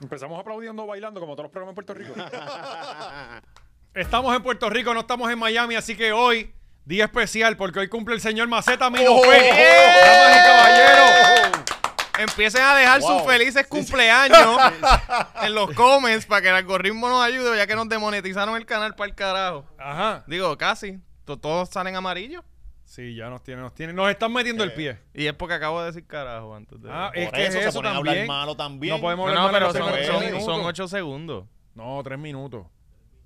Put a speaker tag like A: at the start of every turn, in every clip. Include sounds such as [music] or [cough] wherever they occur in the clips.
A: Empezamos aplaudiendo, bailando, como todos los programas en Puerto Rico.
B: [laughs] Estamos en Puerto Rico, no estamos en Miami, así que hoy, día especial, porque hoy cumple el señor Maceta menos
A: ¡Oh!
C: ¡Eh!
B: P. Damas y caballeros,
D: Empiecen a dejar
A: Wow.
D: sus felices cumpleaños en los comments para que el algoritmo nos ayude, ya que nos demonetizaron el canal para el carajo.
B: Ajá.
D: Digo, casi. To- Todos salen amarillos.
B: Sí, ya nos tienen, nos tienen. Nos están metiendo el pie.
D: Y es porque acabo de decir carajo antes de.
B: Ah,
D: No,
B: es
C: Por
B: que
C: eso,
B: es
C: se
B: eso
C: ponen a
B: también.
C: hablar malo también.
B: No podemos
D: no,
B: hablar
D: pero
B: mal en
D: son,
B: los
C: tres
D: son-
B: minutos.
D: son ocho segundos.
B: No, tres minutos.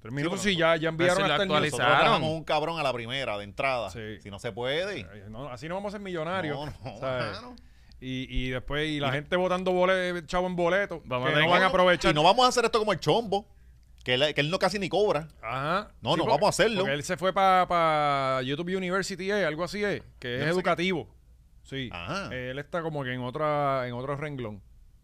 B: Tres minutos
C: pero
B: sí, ya, ya enviaron
D: si lo
B: hasta el news.
D: actualizaron.
C: Nosotros dejamos un cabrón a la primera, de entrada.
B: Sí.
C: Si no se puede.
B: Ay, no, así no vamos a ser millonarios.
C: No, no,
B: ¿sabes?
C: mano.
B: Y, y después, y la gente votando bole, chavo en boleto.
D: Vamos
B: que
D: a tener
B: no van a aprovechar.
C: Y no vamos a hacer esto como el chombo, que él, que él no casi ni cobra.
B: Ajá.
C: No, no,
B: porque-
C: vamos a hacerlo.
B: Porque él se fue para YouTube University, eh, algo así, eh, que es
C: no sé
B: educativo. Sí. Eh,
C: Ajá.
B: Él está como que en otra en otro renglón.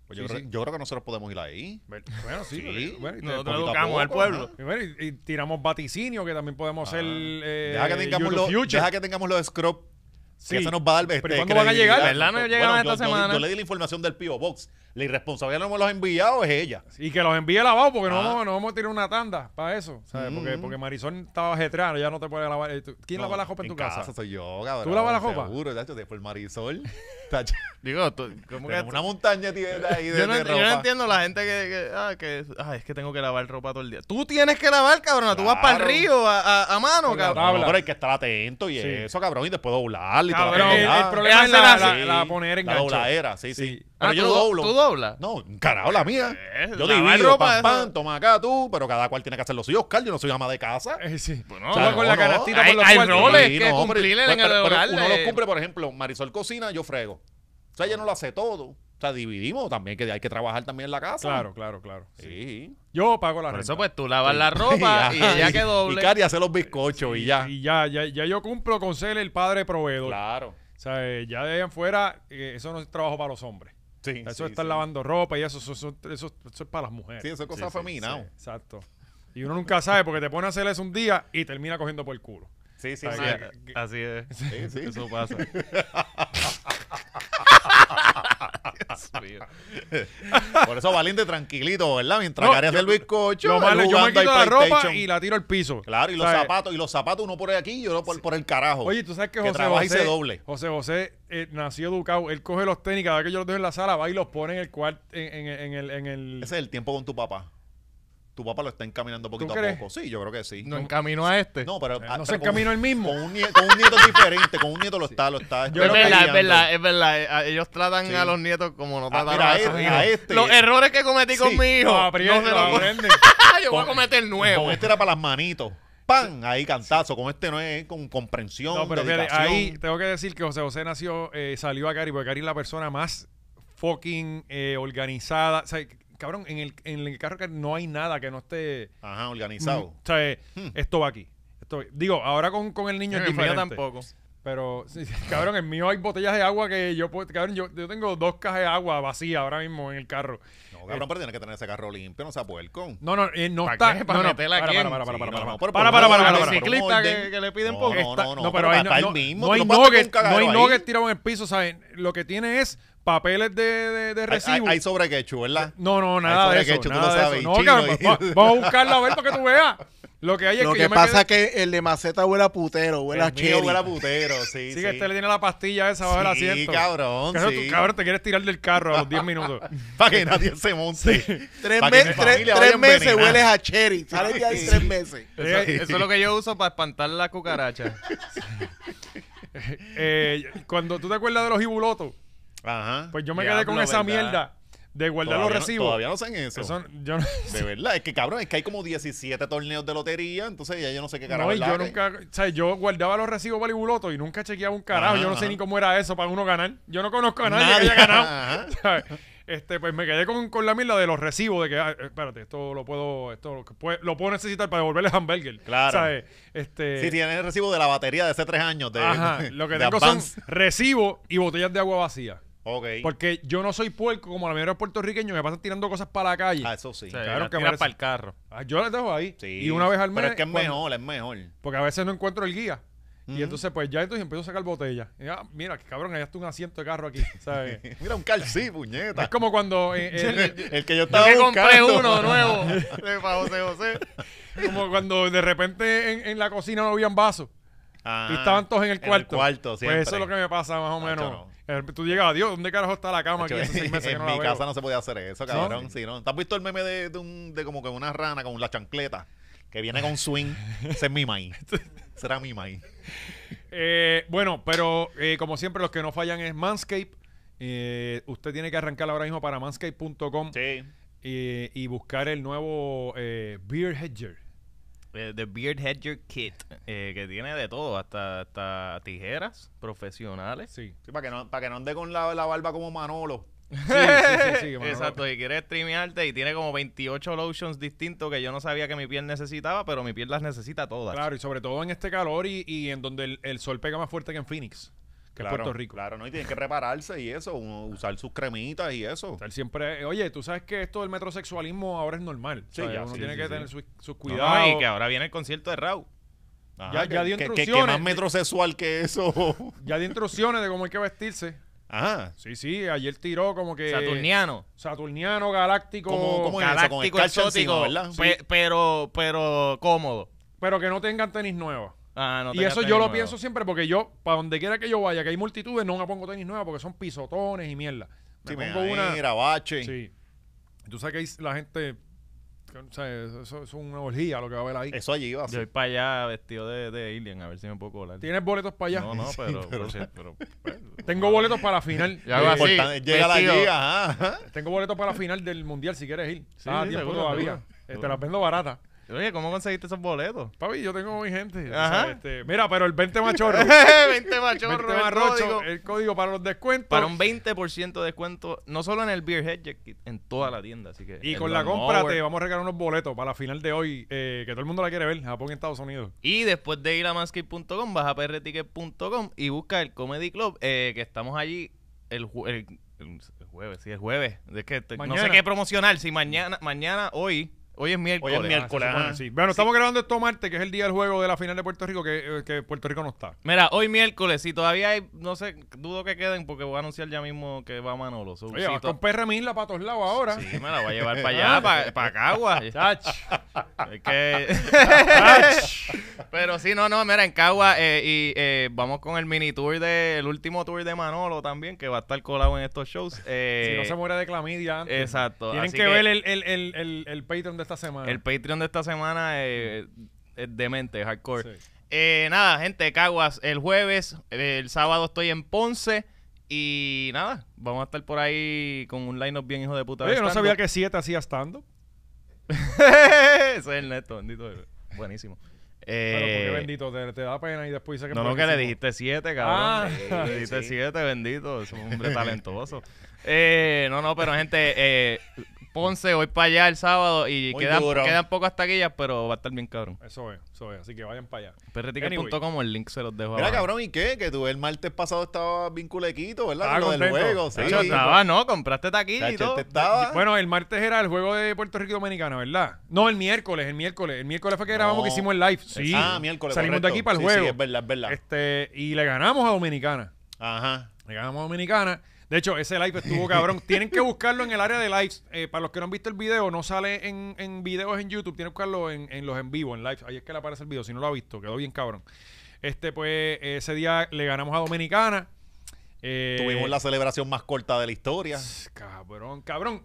C: Pues
B: Sí,
C: yo, creo,
B: sí.
C: yo creo que nosotros podemos ir ahí.
B: Ver- Bueno, sí.
C: Sí.
B: porque- bueno, y te-
D: Nosotros
C: poquito a
D: educamos al
C: poco,
D: pueblo.
C: ajá.
B: y bueno, y, y tiramos vaticinio, que también podemos hacer. Eh,
C: Ah. Deja que tengamos,
B: YouTube
C: los,
B: Future.
C: deja que tengamos los scrubs.
B: Sí.
C: Que eso nos va a dar este,
B: Pero ¿cuándo van a llegar?
C: credibilidad.
D: ¿Verdad? No llegaron
C: Bueno,
D: esta
C: yo- yo-
D: semana.
C: Yo, le di la información del Pio Box. La irresponsabilidad no me los ha enviado es ella.
B: Y que los envíe lavado, porque no,
C: Ah. Mm.
B: vamos, no vamos a tirar una tanda para eso. ¿sabes? Porque, porque Marisol estaba ajetreada, ya no te puede lavar. eh, tú- ¿Quién
C: No,
B: lava la ropa en tu casa?
C: soy yo, cabrón.
B: ¿Tú lavas la ropa?
C: Seguro, tacho, después el marisol. Tacho,
D: Digo, tú- ¿cómo que
C: tenemos una montaña tío, de ahí de,
D: yo, no,
C: de
D: ent-
C: ropa.
D: yo no entiendo la gente que, que- ah, que ah, es que tengo que lavar ropa todo el día. Tú tienes que lavar, cabrona. Tú vas para el
C: Claro.
D: río a, a- a mano,
B: Con la
D: cabrón.
C: No,
B: Habla.
C: pero hay que estar atento y
B: Sí.
C: eso, cabrón, y después doblarle. y toda la
B: Cabrón, el,
C: pendeja.
B: Ah, el problema es la,
D: Hacer
B: la,
D: así.
B: la poner en
C: La dobladera, sí, sí.
B: Sí.
C: Pero
D: Ah,
C: yo
D: ¿tú
C: lo
D: do-
C: doblo.
D: ¿Tú doblas?
C: No, carajo, la mía.
D: Eh,
C: Yo
D: lavar
C: divido,
D: ropa,
C: pam,
D: eso-
C: pam, toma acá tú, pero cada cual tiene que hacer lo suyo. Oscar, yo no soy ama de casa.
B: Eh, sí.
D: Bueno,
B: Tú
C: o sea,
B: vas con
C: no,
B: la
C: no.
B: canastita
D: Hay-
B: por los
D: hay
B: cuartos.
D: roles.
C: Sí, Pues,
D: que cumplirle en el hogar
C: Uno
D: de-
C: los cumple, por ejemplo, Marisol cocina, yo frego. O sea, ella no lo hace todo. O sea, dividimos también, que hay que trabajar también en la casa.
B: Claro, claro, claro. sí.
C: Sí.
B: Yo pago la
D: Por
B: renta.
D: eso, pues tú lavas
C: [laughs]
D: la ropa y ella que
C: quedó.
D: doble.
C: Y Cari hace los bizcochos y ya.
B: Y ya, ya, ya yo cumplo con ser el padre proveedor.
C: Claro.
B: O sea, eh, ya de ahí en fuera, eh, eso no es trabajo para los hombres.
C: Sí,
B: O sea, eso
C: sí,
B: de estar
C: sí.
B: lavando ropa y eso, eso, eso, eso- eso es para las mujeres.
C: Sí, eso es cosa
B: Sí, sí,
C: femenina.
B: sí, exacto. Y uno nunca sabe porque te pone a hacer eso un día y termina cogiendo por el culo.
C: Sí, sí,
B: O
C: sí.
B: sea,
D: Ah, Así es.
C: Sí, sí.
D: [laughs] Eso pasa.
C: Por eso valiente tranquilito, ¿verdad? Mientras
B: No,
C: Cari hace el bizcocho,
B: Yo,
C: él
B: malo, yo me
C: jugando ahí
B: quito la ropa
C: PlayStation.
B: y la tiro al piso.
C: Claro, y los
B: O sea,
C: zapatos, y los zapatos uno por aquí y yo por, por el carajo.
B: Oye, tú sabes que
C: Que
B: José
C: trabaja
B: José,
C: y se doble.
B: José José eh, nació educado. Él coge los tenis, cada vez que yo los dejo en la sala, va y los pone en el cuarto, en, en- en el... En el
C: Ese es el tiempo con tu papá. Tu papá lo está encaminando poquito
B: crees?
C: a poco. Sí, yo creo que sí.
D: No encaminó a este.
C: No, pero.
B: eh,
C: ah,
B: no
C: pero
B: se
C: con-
B: encaminó el mismo.
C: [laughs] Con un, nieto, con un nieto diferente, con un nieto lo está, lo está.
B: Yo
D: es
B: creo que
D: verdad, es
C: guiando.
D: verdad, es verdad. Eh, a- Ellos tratan
C: Sí.
D: a los nietos como no
C: Ah,
D: trataron
C: mira,
D: a,
C: a
D: sus
C: este-
D: hijos.
C: a este.
D: Los errores que cometí
C: Sí.
D: con mi hijo.
B: Lo
D: No,
B: aprenden,
D: se
B: lo
D: los
C: [laughs]
D: voy-
B: aprenden.
D: Yo voy a
C: Con-
D: cometer nuevo.
C: Con este era para las manitos. ¡Pam! Ahí cantazo. Con este no es con comprensión.
B: No, pero fíjate,
C: dedicación.
B: ahí tengo que decir que José José nació, eh, salió a Cari, porque Cari es la persona más fucking eh, organizada. O sea, cabrón, en el, en el carro de Cari no hay nada que no esté...
C: Ajá,
B: Mm,
C: organizado. Hmm.
B: o sea, eh, esto va aquí. Esto, va aquí. digo, ahora con, con el niño es
D: El mío
B: diferente.
D: tampoco.
B: Pero, sí, [laughs] sí, cabrón, en mío hay botellas de agua que yo puedo. Cabrón, yo, yo tengo dos cajas de agua vacías ahora mismo en el carro.
C: No, cabrón, pero tienes que tener ese carro limpio, no sea puerco.
B: No, no, eh, no
D: ¿Para
B: está.
D: qué? ¿Para
B: no, no,
D: meterla
B: para,
D: aquí?
B: para, para, para,
D: Sí,
B: para,
C: no,
B: para,
C: no, pero
B: para,
C: por
B: para, para,
C: un orden,
B: para,
C: por un
B: para.
D: Ciclista
C: orden.
D: que- que le piden
C: No,
D: poco.
C: No, no, no,
B: pero
C: para
B: ahí no,
C: estar
B: no-
C: mismo,
B: no
C: tú
B: hay
C: puedes meter un
B: nuggets, no
C: cagadero
B: hay
C: ahí.
B: nuggets tirados en el piso, ¿sabes? Lo que tiene es papeles de, de, de
C: Hay- Hay,
B: recibo.
C: hay sobre quechu, ¿verdad?
B: no, no, nada
C: sobre
B: de
C: que
B: eso.
C: he hecho, tú
B: nada
C: lo
B: de
C: sabes,
B: eso. No,
C: chino,
B: cabrón,
C: y-
B: va- vamos a buscarla a ver para que tú veas. Lo que hay es
E: Lo
B: que,
E: que
B: yo me
E: pasa
B: quedé-
E: es que el de maceta huele a putero, huele a
C: El mío
E: cherry.
C: huele a putero, sí,
B: Sí,
C: sí.
B: que este le tiene la pastilla esa bajo el
C: Sí,
B: asiento.
C: cabrón,
B: Cabrón,
C: sí.
B: tú, cabrón, te quieres tirar del carro a los 10 minutos.
C: Para que nadie se monte.
E: Tres,
C: Pa' que
E: mes-
C: mi
E: tres-
C: familia
E: tres
C: vaya
E: meses
C: envenenada.
E: hueles a [laughs] cherry. Sales de ahí tres meses.
D: Eso,
B: Eh,
D: eso es lo que yo uso para espantar la cucaracha.
B: eh, cuando tú te acuerdas de los ibulotos,
C: Ajá.
B: Pues yo me
C: Diablo,
B: quedé con esa
C: ¿verdad?
B: mierda de guardar los
C: Todavía no-
B: recibos.
C: Todavía no hacen eso.
B: Eso, yo no,
C: De verdad, es que cabrón, es que hay como 17 torneos de lotería, entonces ya yo no sé qué carajo.
B: no, y
C: es la
B: yo
C: que-
B: nunca, o sea, yo guardaba los recibos para el ibuloto y nunca chequeaba un carajo.
C: Ajá,
B: yo no sé
C: ajá.
B: ni cómo era eso para uno ganar. Yo no conozco a nadie,
C: Nadie.
B: que haya ganado. [laughs]
C: [laughs] Ajá.
B: ¿sabes? Este, pues me quedé con, con la mierda de los recibos, de que, ah, espérate, esto lo puedo, esto lo, que puede- lo puedo necesitar para devolverle hamburger.
C: Claro.
B: ¿sabes? Este,
C: Sí, tienen el recibo de la batería de hace tres años. De, [laughs]
B: ajá, lo que
C: de
B: tengo
C: Advance.
B: son recibos y botellas de agua vacía.
C: Ok.
B: Porque yo no soy puerco como la mayoría de los puertorriqueños que pasan tirando cosas para la calle.
C: Ah, eso sí.
D: O sea,
B: Claro
D: la
B: que
D: tira
B: merece.
D: para el carro.
B: Ah, yo las dejo ahí.
C: Sí.
B: Y una vez al mes.
C: Pero es que es
B: cuando-
C: mejor, [laughs] es mejor.
B: Porque a veces no encuentro el guía. Y entonces, pues ya entonces empiezo a sacar botellas. Y, ah, mira, que cabrón, allá está un asiento de carro
C: [laughs]
B: aquí, ¿sabes?
C: Mira, un calcí,
B: es
C: puñeta.
B: como cuando
C: [laughs]
B: eh, eh,
C: El que yo
D: Yo
C: estaba
D: que compré
C: buscando.
D: uno nuevo de para José José.
B: eh, Como cuando de repente en, en la cocina no habían vasos y estaban todos en el
C: Ah, en el
B: cuarto.
C: cuarto, siempre.
B: Pues eso es lo que me pasa más o
C: Nacho,
B: menos.
C: no.
B: Eh, Tú llegas, Dios, ¿dónde carajo está la cama aquí hace
C: [laughs]
B: seis meses que
C: en
B: no
C: mi
B: la
C: casa
B: veo?
C: no se podía hacer eso, cabrón. Sí, no. ¿Te has visto el meme de, de un- de como que una rana con la chancleta que viene con swing? Ese es
B: [laughs]
C: mi maíz. Será mi maíz.
B: Eh, bueno, pero eh, como siempre, los que no fallan es Manscape. Eh, usted tiene que arrancar ahora mismo para manscape.com
C: Sí.
B: eh, y buscar el nuevo eh, Beer Hedger.
D: Eh, The Beard Hedger Kit, eh, que tiene de todo, hasta, hasta tijeras profesionales.
C: [laughs]
B: Sí.
C: para, que no, para que no ande con la, la barba como Manolo.
B: Sí, sí, sí, sí, Manolo.
D: Exacto, si quieres streamearte y tiene como 28 lotions distintos que yo no sabía que mi piel necesitaba, pero mi piel las necesita todas.
B: Claro, y sobre todo en este calor y, y en donde el, el sol pega más fuerte que en Phoenix, que
C: Claro,
B: es Puerto Rico.
C: Claro, no, y tienen que repararse y eso, uno usar sus cremitas y eso.
B: Él siempre, eh, oye, tú sabes que esto del metrosexualismo ahora es normal.
C: Sí,
B: ¿sabes?
C: ya,
B: uno
C: sí,
B: tiene
C: sí,
B: que
C: sí.
B: tener sus sus
D: No,
B: cuidados.
D: y que ahora viene el concierto de Raw.
C: Ajá,
B: ya- ya dio
C: que, que- que
B: instrucciones.
C: más metrosexual que
B: [laughs]
C: eso.
B: Ya di instrucciones de cómo hay que vestirse.
C: Ajá.
B: Sí, sí, ayer tiró como que.
D: Saturniano.
B: Saturniano, galáctico.
C: ¿Cómo- cómo es? eso, con
D: Galáctico,
C: escarcha
D: exótico,
C: encima, ¿verdad?
D: pe-
C: Sí.
D: pero, pero cómodo.
B: Pero que no tengan tenis nuevos.
D: Ah, no
B: y
D: te
B: eso
D: gastes
B: yo
D: de
B: lo
D: nuevo.
B: pienso siempre porque yo, para donde quiera que yo vaya, que hay multitudes, no me pongo tenis nuevas porque son pisotones y mierda. Me
C: Sí,
B: pongo
C: mira,
B: una.
C: bache.
B: Sí. Tú sabes que ahí la gente. que, o sea, eso, eso es una orgía lo que va a haber ahí.
C: Eso allí va a
D: Yo voy
C: ser.
D: para allá vestido de, de alien, a ver si me puedo colar.
B: Tienes boletos para allá.
C: [laughs]
D: No, no, pero...
C: pero-
D: pues, sí, pero-
B: Tengo boletos para la
D: [laughs]
B: final.
D: Yo hago
B: Eh,
D: así,
C: Importante, Llega la
D: vestido.
C: liga, ajá.
B: Tengo boletos para la final del mundial si quieres ir.
D: Sí,
B: ah,
D: sí,
B: tiempo
D: seguro,
B: todavía.
D: seguro.
B: Eh, te las vendo baratas.
D: Oye, ¿cómo conseguiste esos boletos?
B: Papi, yo tengo mi gente. o sea,
D: Ajá.
B: este, mira, pero el 20 machorro. [laughs] 20
D: 20 machorros,
B: marrocho, el código para los descuentos.
D: eh, Para un 20% de descuento, no solo en el Beer Head Jack, en toda la tienda. Así que
B: y
D: el
B: con la
D: lawnmower.
B: compra te vamos a regalar unos boletos para la final de hoy, eh, que todo el mundo la quiere ver, Japón y Estados Unidos.
D: Y después de ir a manscape.com, vas a prticket.com y busca el Comedy Club, eh, que estamos allí el, ju- el- el jueves, sí, el jueves. Es que te- no
B: Mañana.
D: sé qué promocionar, si mañana, mañana, hoy, hoy es miércoles.
C: miércoles,
D: Ah, se supone,
C: ajá.
D: sí.
B: Sí. Bueno, estamos grabando esto martes, que es el día del juego de la final de Puerto Rico, que, eh, que Puerto Rico no está.
D: Mira, hoy miércoles, si todavía hay, no sé, dudo que queden porque voy a anunciar ya mismo que va Manolo. So,
B: Oye,
D: si
B: vas
D: to-
B: con PR Mila para todos lados ahora.
D: Sí, [laughs] me la voy a llevar para
B: Ah,
D: allá,
B: [laughs]
D: para, Cagua.
B: Chach.
D: Es que- [laughs] Pero sí, no, no, mira, en Cagua eh, y eh, vamos con el mini tour de, el último tour de Manolo también, que va a estar colado en estos shows.
B: si
D: eh,
B: no se muere de clamidia antes.
D: Exacto.
B: Tienen
D: así
B: que, ver el, el, el, el, el Patreon de esta semana.
D: el Patreon de esta semana eh, es demente, hardcore.
B: Sí.
D: Eh, nada, gente, Caguas, el jueves, el sábado estoy en Ponce y nada, vamos a estar por ahí con un line-up bien hijo de puta.
B: Oye,
D: de
B: yo no
D: stand-up.
B: sabía que 7 hacía estando.
D: Ese [laughs] es el neto, bendito. Buenísimo.
B: Pero porque
D: Eh,
B: bendito, te, te da pena y después dice que...
D: No, no,
B: porque
D: que
B: sí.
D: le dijiste siete, cabrón.
B: Ah.
C: [laughs]
D: le dijiste siete, bendito. Es un hombre talentoso. Eh, no, no, pero gente, eh, Ponce, hoy para allá el sábado y
C: Muy
D: quedan,
C: duro.
D: quedan pocas taquillas, pero va a estar bien cabrón.
B: Eso es, eso es. Así que vayan para allá.
D: Perretica.com, el link se los dejo
C: Mira,
D: abajo.
C: cabrón, ¿y qué? Que tú el martes pasado estaba bien culequito, ¿verdad?
B: Estaba
C: Con lo del
B: contento.
C: juego, sí.
D: Chacho, estaba, no, compraste taquilla y
C: Chacho,
D: todo.
C: este estaba-
B: Bueno, el martes era el juego de Puerto Rico y Dominicana, ¿verdad? No, el miércoles, el miércoles. El miércoles fue que grabamos
C: No.
B: que hicimos el live. Sí.
C: Ah, miércoles,
B: Salimos de
C: correcto.
B: aquí para el
C: Sí,
B: juego.
C: sí, es verdad, es verdad.
B: Este, y le ganamos a Dominicana.
C: Ajá.
B: Le ganamos a Dominicana. De hecho, ese live estuvo
C: [laughs]
B: cabrón. Tienen que buscarlo en el área de lives. Eh, para los que no han visto el video, no sale en, en videos en YouTube. Tienen que buscarlo en, en los en vivo, en live. Ahí es que le aparece el video. Si no lo ha visto, quedó bien cabrón. Este, pues, ese día le ganamos a Dominicana. Eh,
C: Tuvimos la celebración más corta de la historia.
B: Cabrón, cabrón.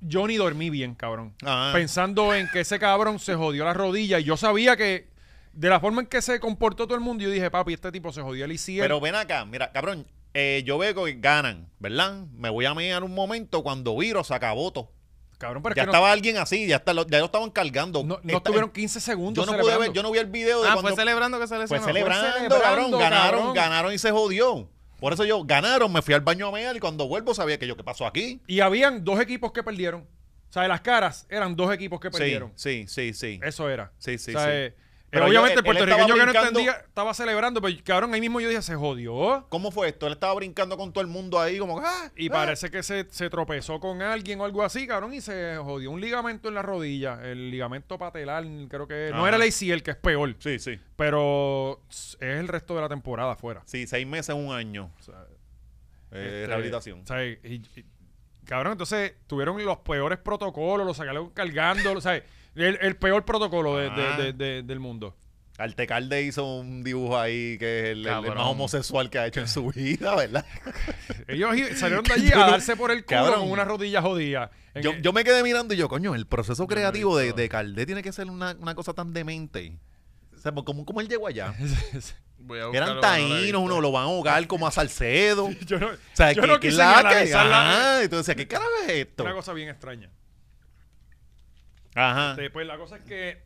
B: Yo ni dormí bien, cabrón.
C: Ajá.
B: Pensando en que ese cabrón se jodió la rodilla. Y yo sabía que, de la forma en que se comportó todo el mundo, yo dije, papi, este tipo se jodió el ICL.
C: Pero ven acá, mira, cabrón, eh, yo veo que ganan, ¿verdad? Me voy a mirar un momento cuando Viro saca voto.
B: cabrón, pero
C: Ya
B: es que no-
C: estaba alguien así, ya, está, lo- ya lo estaban cargando.
B: no, no,
C: Esta-
B: estuvieron 15 segundos.
C: Yo no pude ver,
B: celebrando.
C: yo no vi el video de
D: Ah,
C: cuando...
D: fue celebrando que se
C: Pues
D: lesionó.
C: celebrando,
B: celebrando,
C: cabrón, ganaron,
B: cabrón.
C: ganaron y se jodió. Por eso yo, ganaron, me fui al baño a mear y cuando vuelvo sabía que yo, ¿qué pasó aquí?
B: Y habían dos equipos que perdieron. O sea, de las caras eran dos equipos que
C: Sí,
B: perdieron.
C: sí, sí, sí.
B: Eso era.
C: Sí, sí,
B: O sea,
C: sí.
B: eh,
C: Pero yo-
B: obviamente el
C: él- él
B: puertorriqueño
C: estaba
B: que no
C: brincando-
B: entendía estaba celebrando, pero cabrón, ahí mismo yo dije, se jodió.
C: ¿Cómo fue esto? Él estaba brincando con todo el mundo ahí, como. ¡Ah!
B: Y
C: ah.
B: parece que se, se tropezó con alguien o algo así, cabrón, y se jodió un ligamento en la rodilla, el ligamento patelar, creo que... No
C: Ajá.
B: era el ACL, que es peor,
C: Sí, sí.
B: pero es el resto de la temporada afuera.
C: Sí, seis meses, un año.
B: O sea,
C: eh,
B: Este,
C: rehabilitación.
B: o sea, y- y- cabrón, entonces tuvieron los peores protocolos, lo sacaron cargando, o sea, el, el peor protocolo de- de-
C: Ah.
B: de- de- del mundo.
C: Altecalde hizo un dibujo ahí que es el, el- el
D: Cabrón.
C: más homosexual que ha hecho en su [laughs] vida, ¿verdad?
B: Ellos i- salieron
C: [laughs]
B: de allí a darse por el culo
C: Cabrón.
B: con una rodilla jodida. En-
C: Yo, yo me quedé mirando y yo, coño, el proceso
D: no he
C: creativo de,
D: visto.
C: de Calde tiene que ser una, una cosa tan demente. O sea, pues, ¿cómo, cómo él llegó
D: [laughs]
C: allá?
D: Voy a buscarlo,
C: Eran
D: no lo he visto.
C: taínos, uno lo van a ahogar como a
D: [laughs]
C: Salcedo. O
B: [laughs] Yo no-
C: sea,
B: yo
C: ¿qué,
B: no
C: qué
B: quise
C: la que?
B: analizar la-
C: Ajá, entonces, ¿qué carajo es esto?
B: una cosa bien extraña.
C: Ajá.
B: Después la cosa es que...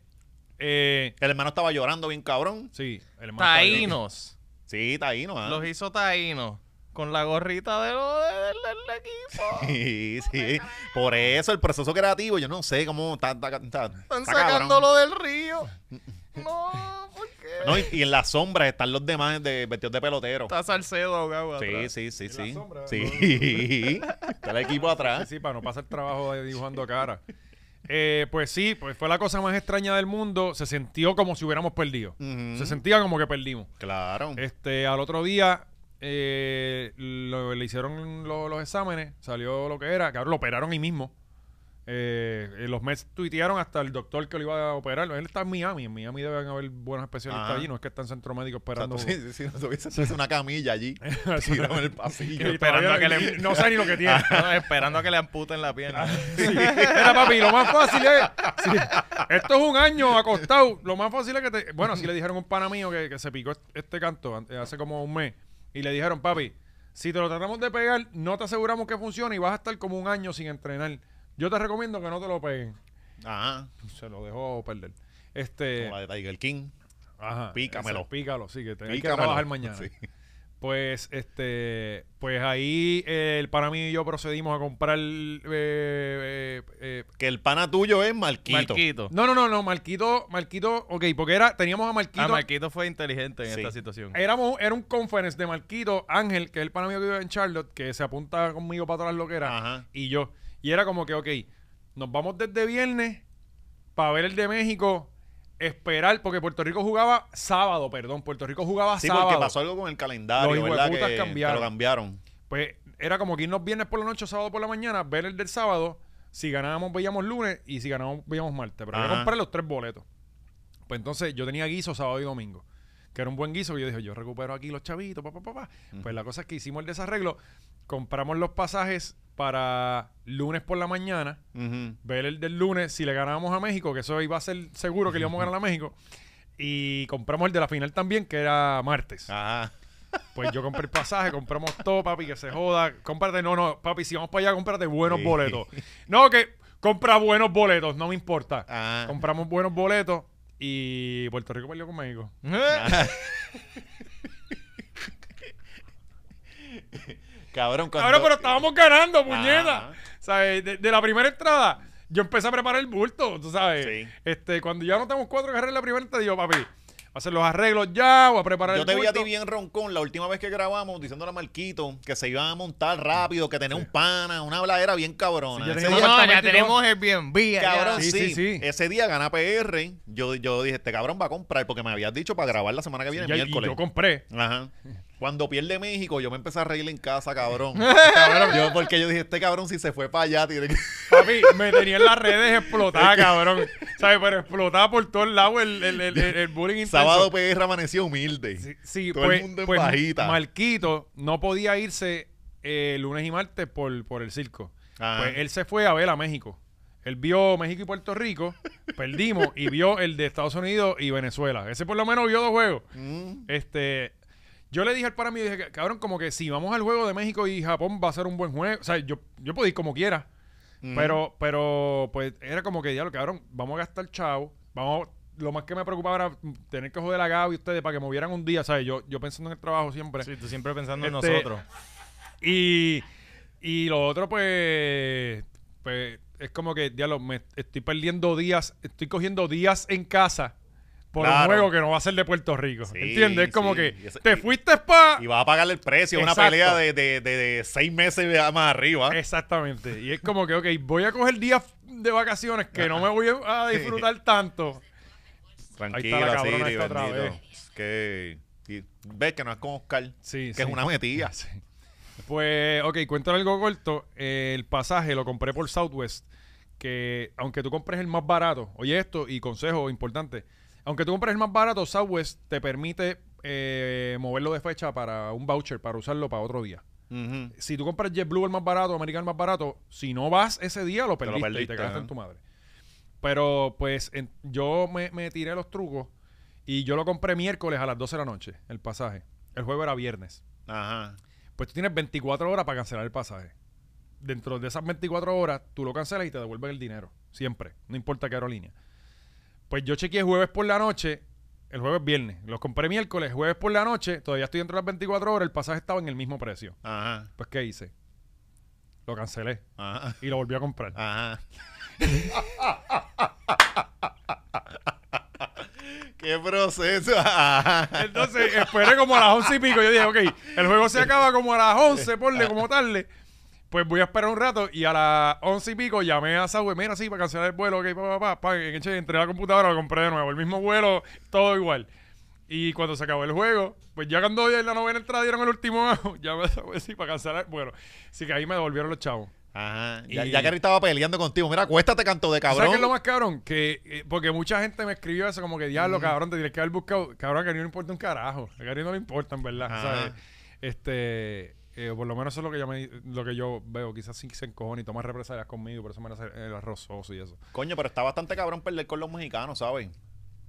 B: eh,
C: El hermano estaba llorando bien cabrón.
B: sí, el hermano estaba bien.
D: Taínos.
C: Sí, taíno, ah.
D: Los hizo taínos. Con la gorrita de lo- de- de- del equipo.
C: [laughs] Sí, sí. Por eso el proceso creativo, yo no sé cómo está, está- está-
D: Están
C: está cabrón.
D: sacándolo del río. No, ¿por qué?
C: No, y, y en las sombras están los demás de vestidos de pelotero.
D: Está Salcedo ahogado
C: Sí,
D: atrás.
C: sí, sí,
B: En la
C: sí.
B: sombra,
C: Sí. [laughs] Está el equipo
B: Sí,
C: atrás.
B: sí, para no pasar trabajo de dibujando cara. Eh, pues sí, pues fue la cosa más extraña del mundo. Se sintió como si hubiéramos perdido.
C: Ujú.
B: Se sentía como que perdimos.
C: Claro.
B: Este, al otro día eh, lo- le hicieron lo- los exámenes, salió lo que era, cabrón, lo operaron ahí mismo. Eh, eh, los Mets tuitearon hasta el doctor que lo iba a operar. Él está en Miami. En Miami deben haber buenos especialistas
C: Ajá.
B: allí. No es que está en centro médico
C: O sea,
B: esperando.
C: tú, si, si no tuviese tuviese una camilla allí,
B: [laughs]
C: tirado en el pasillo.
B: Y todavía
D: Esperando a que le-
B: No sé ni lo que
D: [laughs]
B: tiene.
D: No, esperando a que le amputen la pierna.
B: Mira, papi, lo más fácil es. sí, esto es un año acostado. Lo más fácil es que te. Bueno, así le dijeron a un pana mío que, que se picó est- este canto an- hace como un mes. Y le dijeron, papi, si te lo tratamos de pegar, no te aseguramos que funcione y vas a estar como un año sin entrenar. Yo te recomiendo que no te lo peguen.
C: Ajá.
B: Se lo dejó perder. Este.
C: Ah, Como la de Tiger King.
B: Ajá,
C: Pícamelo.
B: ese, pícalo, sí, que te, hay que
C: Pícamelo.
B: trabajar mañana.
C: Sí.
B: Pues, este, pues ahí eh, el pana mío y yo procedimos a comprar eh, eh, eh,
C: Que el pana tuyo es Marquito.
D: Marquito. Ah,
B: No, no, no, no, Marquito, Marquito, ok, porque era, teníamos a Marquito,
D: Ah, Marquito Eh, fue inteligente en
C: Sí.
D: esta situación.
B: éramos, era un conference de Marquito, Ángel, que es el pana mío que vive en Charlotte, que se apunta conmigo para todas las loqueras,
C: Ajá.
B: y yo, y era como que, ok, nos vamos desde viernes para ver el de México, esperar, porque Puerto Rico jugaba sábado, perdón, Puerto Rico jugaba
C: Sí,
B: sábado,
C: porque pasó algo con el calendario,
B: Los
C: ¿verdad? Que,
B: hijueputas
C: que
B: cambiaron.
C: lo cambiaron.
B: pues era como que irnos viernes por la noche, sábado por la mañana, ver el del sábado, si ganábamos veíamos lunes y si ganábamos veíamos martes, pero yo
C: Ajá.
B: compré los tres boletos. Pues entonces yo tenía guiso sábado y domingo, que era un buen guiso. Y yo dije, yo recupero aquí los chavitos, papá, papá. Pues la cosa es que hicimos el desarreglo, compramos los pasajes para lunes por la mañana,
C: Ujú.
B: ver el del lunes, si le ganábamos a México, que eso iba a ser seguro que le íbamos a ganar a México. Y compramos el de la final también, que era martes.
C: Ajá.
B: Pues yo compré el pasaje, compramos todo, papi, que se joda. Cómprate, no, no, papi, si vamos para allá, cómprate buenos
C: Sí.
B: boletos. No, que compra buenos boletos, no me importa.
C: Ajá.
B: Compramos buenos boletos y Puerto Rico perdió con
C: [laughs]
B: México.
C: Ah,
B: [laughs]
C: Cabrón, cuando... Ah.
B: Ahora, pero estábamos ganando, puñeta.
C: Ajá.
B: ¿Sabes? De, de la primera entrada, yo empecé a preparar el bulto, tú sabes.
C: Sí.
B: Este, cuando ya notamos cuatro carreras en la primera entrada, digo, papi, voy a hacer los arreglos ya, voy a preparar
C: Yo
B: el
C: te vi
B: bulto.
C: a ti bien roncón la última vez que grabamos diciéndole a Marquito que se iban a montar rápido, que tenía un pana, una bladera bien cabrona.
B: Sí, ya
C: Ese
B: tenemos
C: día-
B: un
D: No,
B: apartamento
D: ya
B: y todo.
D: tenemos el bien
C: Cabrón,
B: Sí,
C: sí,
B: sí, sí.
C: Ese día gana PR. Yo, yo dije, este cabrón va a comprar porque me habías dicho para grabar la semana que viene,
B: Ya- y
C: miércoles.
B: yo compré.
C: Ajá. Cuando pierde México, yo me empecé a reír en
B: [laughs]
C: casa, cabrón. Cabrón, yo, porque yo dije, este cabrón si se fue para allá, tiene que... [laughs]
B: Papi, me tenía en las redes explotada, cabrón. ¿Sabes? Pero explotada por todos lados el, el, el, el- el bullying intenso.
C: Sábado PR amaneció humilde.
B: Sí, sí,
C: Todo el
B: pues,
C: mundo en
B: pues,
C: bajita.
B: Marquito no podía irse eh, lunes y martes por, por el circo.
C: Ajá.
B: Pues él se fue a ver a México. Él vio México y Puerto
C: [laughs]
B: Rico, perdimos, y vio el de Estados Unidos y Venezuela. Ese por lo menos vio dos juegos.
C: Mm.
B: Este, yo le dije al para mí, dije, cabrón, como que si vamos al juego de México y Japón va a ser un buen juego. O sea, yo, yo puedo ir como quiera.
C: Mm.
B: Pero, pero, pues, era como que, diablo, cabrón, vamos a gastar chavo. Vamos, lo más que me preocupaba era mm, tener que joder a Gaby y ustedes para que me hubieran un día, ¿sabes? Yo, yo pensando en el trabajo siempre.
D: Sí, tú siempre pensando en
B: Este,
D: nosotros.
B: Y, y lo otro, pues, pues es como que, diablo, me estoy perdiendo días, estoy cogiendo días en casa por
C: Claro.
B: un juego que no va a ser de Puerto Rico.
C: Sí,
B: ¿Entiendes? Es como
C: sí.
B: que
C: Y ese-
B: te
C: y-
B: fuiste spa.
C: Y vas a pagar el precio, una
B: Exacto. Eh,
C: pelea de, de, de- de seis meses más arriba.
B: Exactamente. Y es como que, ok, voy a coger días de vacaciones que no me voy
C: [laughs]
B: a disfrutar tanto. Ahí está la
C: Tranquila,
B: cabrona
C: Siri,
B: esta otra
C: bendito.
B: vez.
C: Es que y ves que no es con Oscar,
B: Sí,
C: que
B: sí.
C: es una metida.
B: Pues, ok, cuéntale algo corto. Eh, el pasaje lo compré por Southwest. Que aunque tú compres el más barato, oye esto y consejo importante: aunque tú compres el más barato, Southwest te permite eh, moverlo de fecha para un voucher para usarlo para otro día.
C: Ujú.
B: Si tú compras JetBlue el más barato, American el más barato, si no vas ese día, lo
C: lo
B: perdiste, y
C: perdiste,
B: te cagaste
C: ajá.
B: en tu madre. Pero pues en- yo me, me tiré los trucos y yo lo compré miércoles a las 12 de la noche, el pasaje. El juego era viernes.
C: Ajá.
B: Pues tú tienes 24 horas para cancelar el pasaje. Dentro de esas 24 horas, tú lo cancelas y te devuelven el dinero. Siempre. No importa qué aerolínea. Pues yo chequeé jueves por la noche. El jueves viernes. Los compré miércoles, jueves por la noche. Todavía estoy dentro de las 24 horas. El pasaje estaba en el mismo precio.
C: Ajá.
B: Pues, ¿qué hice? Lo cancelé
C: Ajá.
B: y lo volví a comprar.
C: Ajá. [laughs] Qué proceso. [laughs] Ajá.
B: Entonces, esperé como a las 11 y pico. Yo dije, ok, el juego se acaba como a las 11, ponle como tarde. Pues voy a esperar un rato y a las 11 y pico llamé a Saúl. Mira, sí, para cancelar el vuelo, ok, pa, pa, pa, pa. En hecho, entré a la computadora, lo compré de nuevo. El mismo vuelo, todo igual. Y cuando se acabó el juego, pues ya cuando en la novena entrada dieron el último, [laughs] llamé a Saúl, sí, para cancelar. Bueno, así que ahí me devolvieron los chavos.
C: Ajá. Ya,
B: Y-
C: ya Gary estaba peleando contigo. Mira, acuéstate, canto de
B: ¿Sabes
C: cabrón.
B: qué es lo más cabrón? Que, eh, porque mucha gente me escribió eso, como que diablo, cabrón, te tienes que haber buscado. Cabrón, a Gary no le importa un carajo. A Gary no le importa, en verdad.
C: Ajá.
B: ¿sabes? Este, eh, por lo menos eso es lo que yo, me- lo que yo veo. Quizás sí se encojone y toma represalias conmigo, por eso me van a hacer el arrozoso y eso.
C: Coño, pero está bastante cabrón perder con los mexicanos, ¿sabes?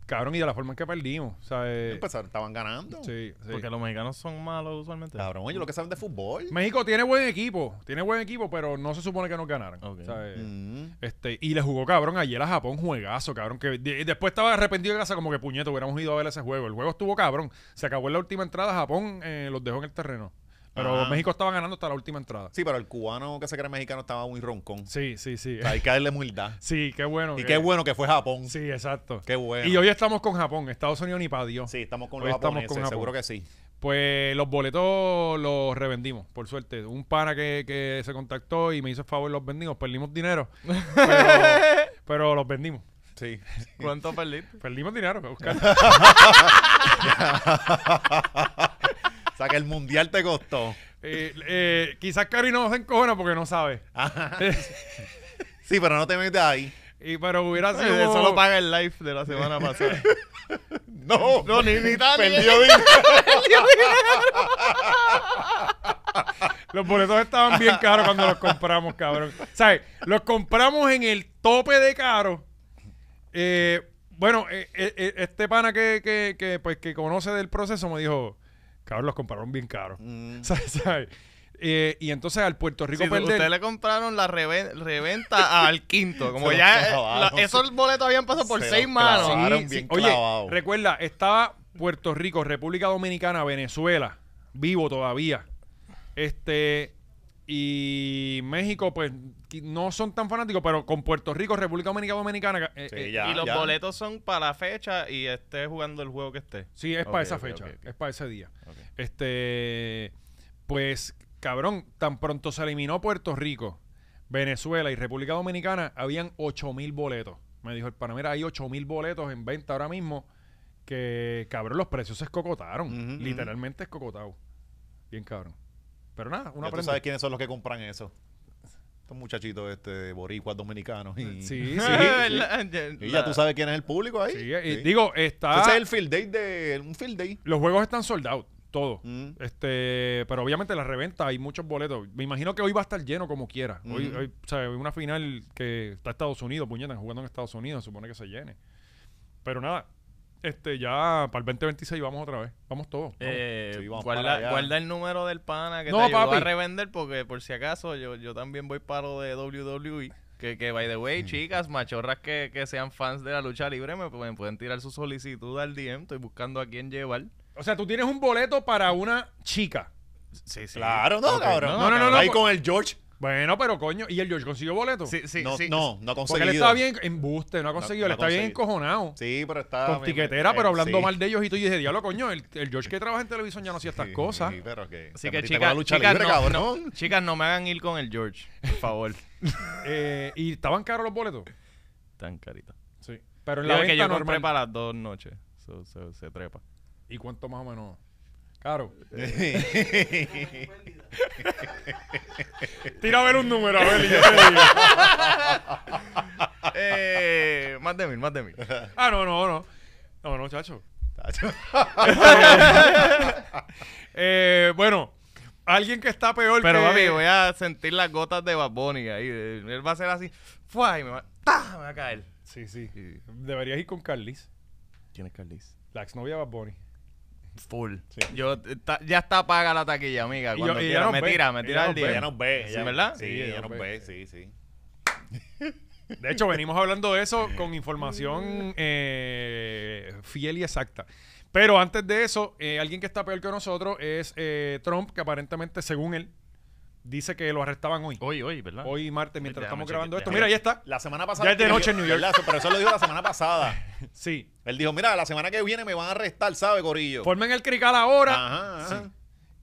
B: Cabrón, y de la forma en que perdimos, ¿sabes?
C: Empezaron, estaban ganando.
B: Sí, sí.
D: Porque los mexicanos son malos usualmente.
C: Cabrón, ellos lo que saben de fútbol.
B: México tiene buen equipo, tiene buen equipo, pero no se supone que nos ganaran.
D: Ok.
B: ¿sabes?
C: Mm.
B: Este, y le jugó cabrón ayer a Japón juegazo, cabrón. Que de- después estaba arrepentido de casa, como que puñeto, hubiéramos ido a ver ese juego. El juego estuvo cabrón. Se acabó en la última entrada, Japón eh, los dejó en el terreno. Pero
C: Ajá.
B: México estaba ganando hasta la última entrada.
C: Sí, pero el cubano que se cree mexicano estaba muy roncón.
B: Sí, sí, sí.
C: O sea, hay que darle humildad.
B: [laughs] Sí, qué bueno.
C: Y
B: que-
C: qué bueno que fue Japón.
B: Sí, exacto.
C: Qué bueno.
B: Y hoy estamos con Japón, Estados Unidos ni para Dios.
C: Sí, estamos con
B: Hoy
C: los
B: estamos
C: japoneses,
B: con Japón.
C: seguro que sí.
B: Pues los boletos los revendimos, por suerte. Un pana que, que se contactó y me hizo el favor, los vendimos. Perdimos dinero,
C: [laughs]
B: pero, pero los vendimos.
C: Sí.
D: ¿Cuánto perdiste?
B: Perdimos dinero, Oscar.
C: O sea, que el mundial te costó.
B: Eh, eh, quizás Cari no se encojona porque no sabe.
C: Ajá. Sí, pero no te metes ahí.
B: y, pero hubiera sido.
D: Eh, Eso lo paga el live de la [laughs] semana pasada.
C: No.
D: no, ni, ni tan-
C: Perdió dinero.
B: [laughs] Los boletos estaban bien caros cuando los compramos, cabrón. ¿Sabes? Los compramos en el tope de caro. Eh, bueno, eh, eh, eh, este pana que, que, que, pues, que conoce del proceso me dijo: cabrón, los compraron bien caros. [laughs] ¿Sabes? ¿Sabes? Eh, y entonces al Puerto Rico
D: Sí,
B: perder-
D: ustedes le compraron la reven- reventa al quinto. Como
C: Se lo
D: ya eh,
C: clavaron.
D: la- esos boletos habían pasado por
C: Se
D: seis
C: lo
D: manos.
C: clavaron. Clavaron bien
B: Oye,
C: clavado.
B: recuerda, estaba Puerto Rico, República Dominicana, Venezuela, vivo todavía. Este y México, pues qui- no son tan fanáticos, pero con Puerto Rico, República Dominica- Dominicana, eh, eh, sí,
C: Sí, ya,
D: y los
C: ya.
D: boletos son para la fecha y esté jugando el juego que esté.
B: es
D: Ok,
B: para esa
D: ok,
B: fecha,
D: ok, ok.
B: es para ese día.
D: Ok.
B: Este, pues, cabrón, tan pronto se eliminó Puerto Rico, Venezuela y República Dominicana, habían 8 mil boletos. Me dijo el pana, mira, hay 8 mil boletos en venta ahora mismo. Que, cabrón, los precios se escocotaron.
C: Ujú,
B: Literalmente escocotado. Bien, cabrón. Pero nada, uno
C: Ya tú sabes
B: aprende.
C: quiénes son los que compran eso. Estos muchachitos este, boricuas dominicanos. [laughs] Y,
D: [laughs]
B: Sí, sí.
D: La-
C: y ya tú sabes quién es el público ahí.
B: sí, y
C: Sí.
B: Digo, ah. está.
C: Ese es el field day de... Un field day.
B: Los juegos están sold out, todo.
C: Mm.
B: Este, pero obviamente la reventa hay muchos boletos. Me imagino que hoy va a estar lleno como quiera. Hoy,
C: Ujú.
B: hoy, o sea, hay una final que está Estados Unidos, puñetan jugando en Estados Unidos, se supone que se llene. Pero nada, este ya para el 2026 vamos otra vez. Vamos todos. vamos.
D: Eh,
C: Sí, vamos para allá.
D: guarda, guarda el número del pana que
B: No,
D: te ayudó
B: papi.
D: a revender porque por si acaso yo, yo también voy para lo de WWE. Que, que, by the way, chicas, machorras que, que sean fans de la lucha libre me, pu- me pueden tirar su solicitud al DM. Estoy buscando a quién llevar.
B: O sea, tú tienes un boleto para una chica.
D: Sí, sí.
C: Claro, no,
D: Ok,
C: cabrón.
B: No, no, no, no,
C: Ahí
B: por-
C: con el George.
B: Bueno, pero coño, ¿y el George consiguió boleto?
D: Sí, sí,
C: no,
D: sí.
C: no, no ha
B: Porque él
C: conseguido.
B: estaba bien embuste, no ha conseguido, él
C: no ha
B: está bien
C: conseguido.
B: encojonado.
C: Sí, pero está.
B: con tiquetera,
C: eh,
B: pero hablando
C: sí.
B: mal de ellos y tú y dije, diablo, coño, el, el George que trabaja en televisión ya no hacía estas
C: Sí,
B: cosas.
C: Sí, pero que.
D: Así
C: te
D: que
C: metiste
D: chicas,
C: con la lucha
D: chicas,
C: libre,
B: [laughs]
D: no,
C: cabrón.
D: no, chicas, no me hagan ir con el George, por favor.
C: [laughs]
B: Eh, y estaban caros los boletos.
D: Tan carita.
B: Sí. Pero en la
D: Yo que
B: venta
D: yo compré
B: normal.
D: para las dos noches. So, so, se
C: [laughs]
D: trepa.
B: ¿Y cuánto más o menos? Caro. [laughs] Tira a ver un número, a ver, y yo te digo.
D: Eh, más de mil, más de
C: [laughs]
D: mil.
B: [laughs] Ah, no, no, no. No, no, chacho. Eh, bueno, alguien que está peor
D: Pero
B: que...
D: papi, voy a sentir las gotas de Bad Bunny ahí. de- Él va a ser así. ¡Fua! Y me va, ¡tah! me va a caer.
B: Sí, sí.
D: Sí.
B: Deberías ir con Carlis.
D: ¿Quién es Carlis?
B: La exnovia de Bad Bunny.
D: Full. Yo, está- ya está paga la taquilla, amiga.
B: Y yo-
D: Cuando
B: y ella
D: quiera,
B: nos
D: me
B: ve,
D: tira, me
B: ella
D: tira
B: nos
D: el
B: ve,
D: día.
C: Ella nos ve. ella-
D: ¿verdad?
C: Sí,
B: Sí,
C: ella
B: nos
C: nos
B: ve.
C: ve, sí, sí.
B: De [laughs] hecho, venimos hablando de eso con información eh, fiel y exacta. Pero antes de eso, eh, alguien que está peor que nosotros es eh, Trump, que aparentemente, según él, dice que lo arrestaban hoy.
D: Hoy, hoy, ¿verdad?
B: Hoy martes, mientras
D: Déjame
B: estamos
D: chequear,
B: grabando esto.
D: déjame.
B: Mira, ahí está.
C: La semana pasada.
B: Ya es de
C: él
B: noche en New York.
C: ¿verdad? Pero eso lo dijo la semana pasada.
B: Sí.
C: Él dijo, mira, la semana que viene me van a arrestar, ¿sabe, Corillo?
B: Formen el crical
D: Ah.
B: ahora.
C: Ajá, ajá.
B: Sí.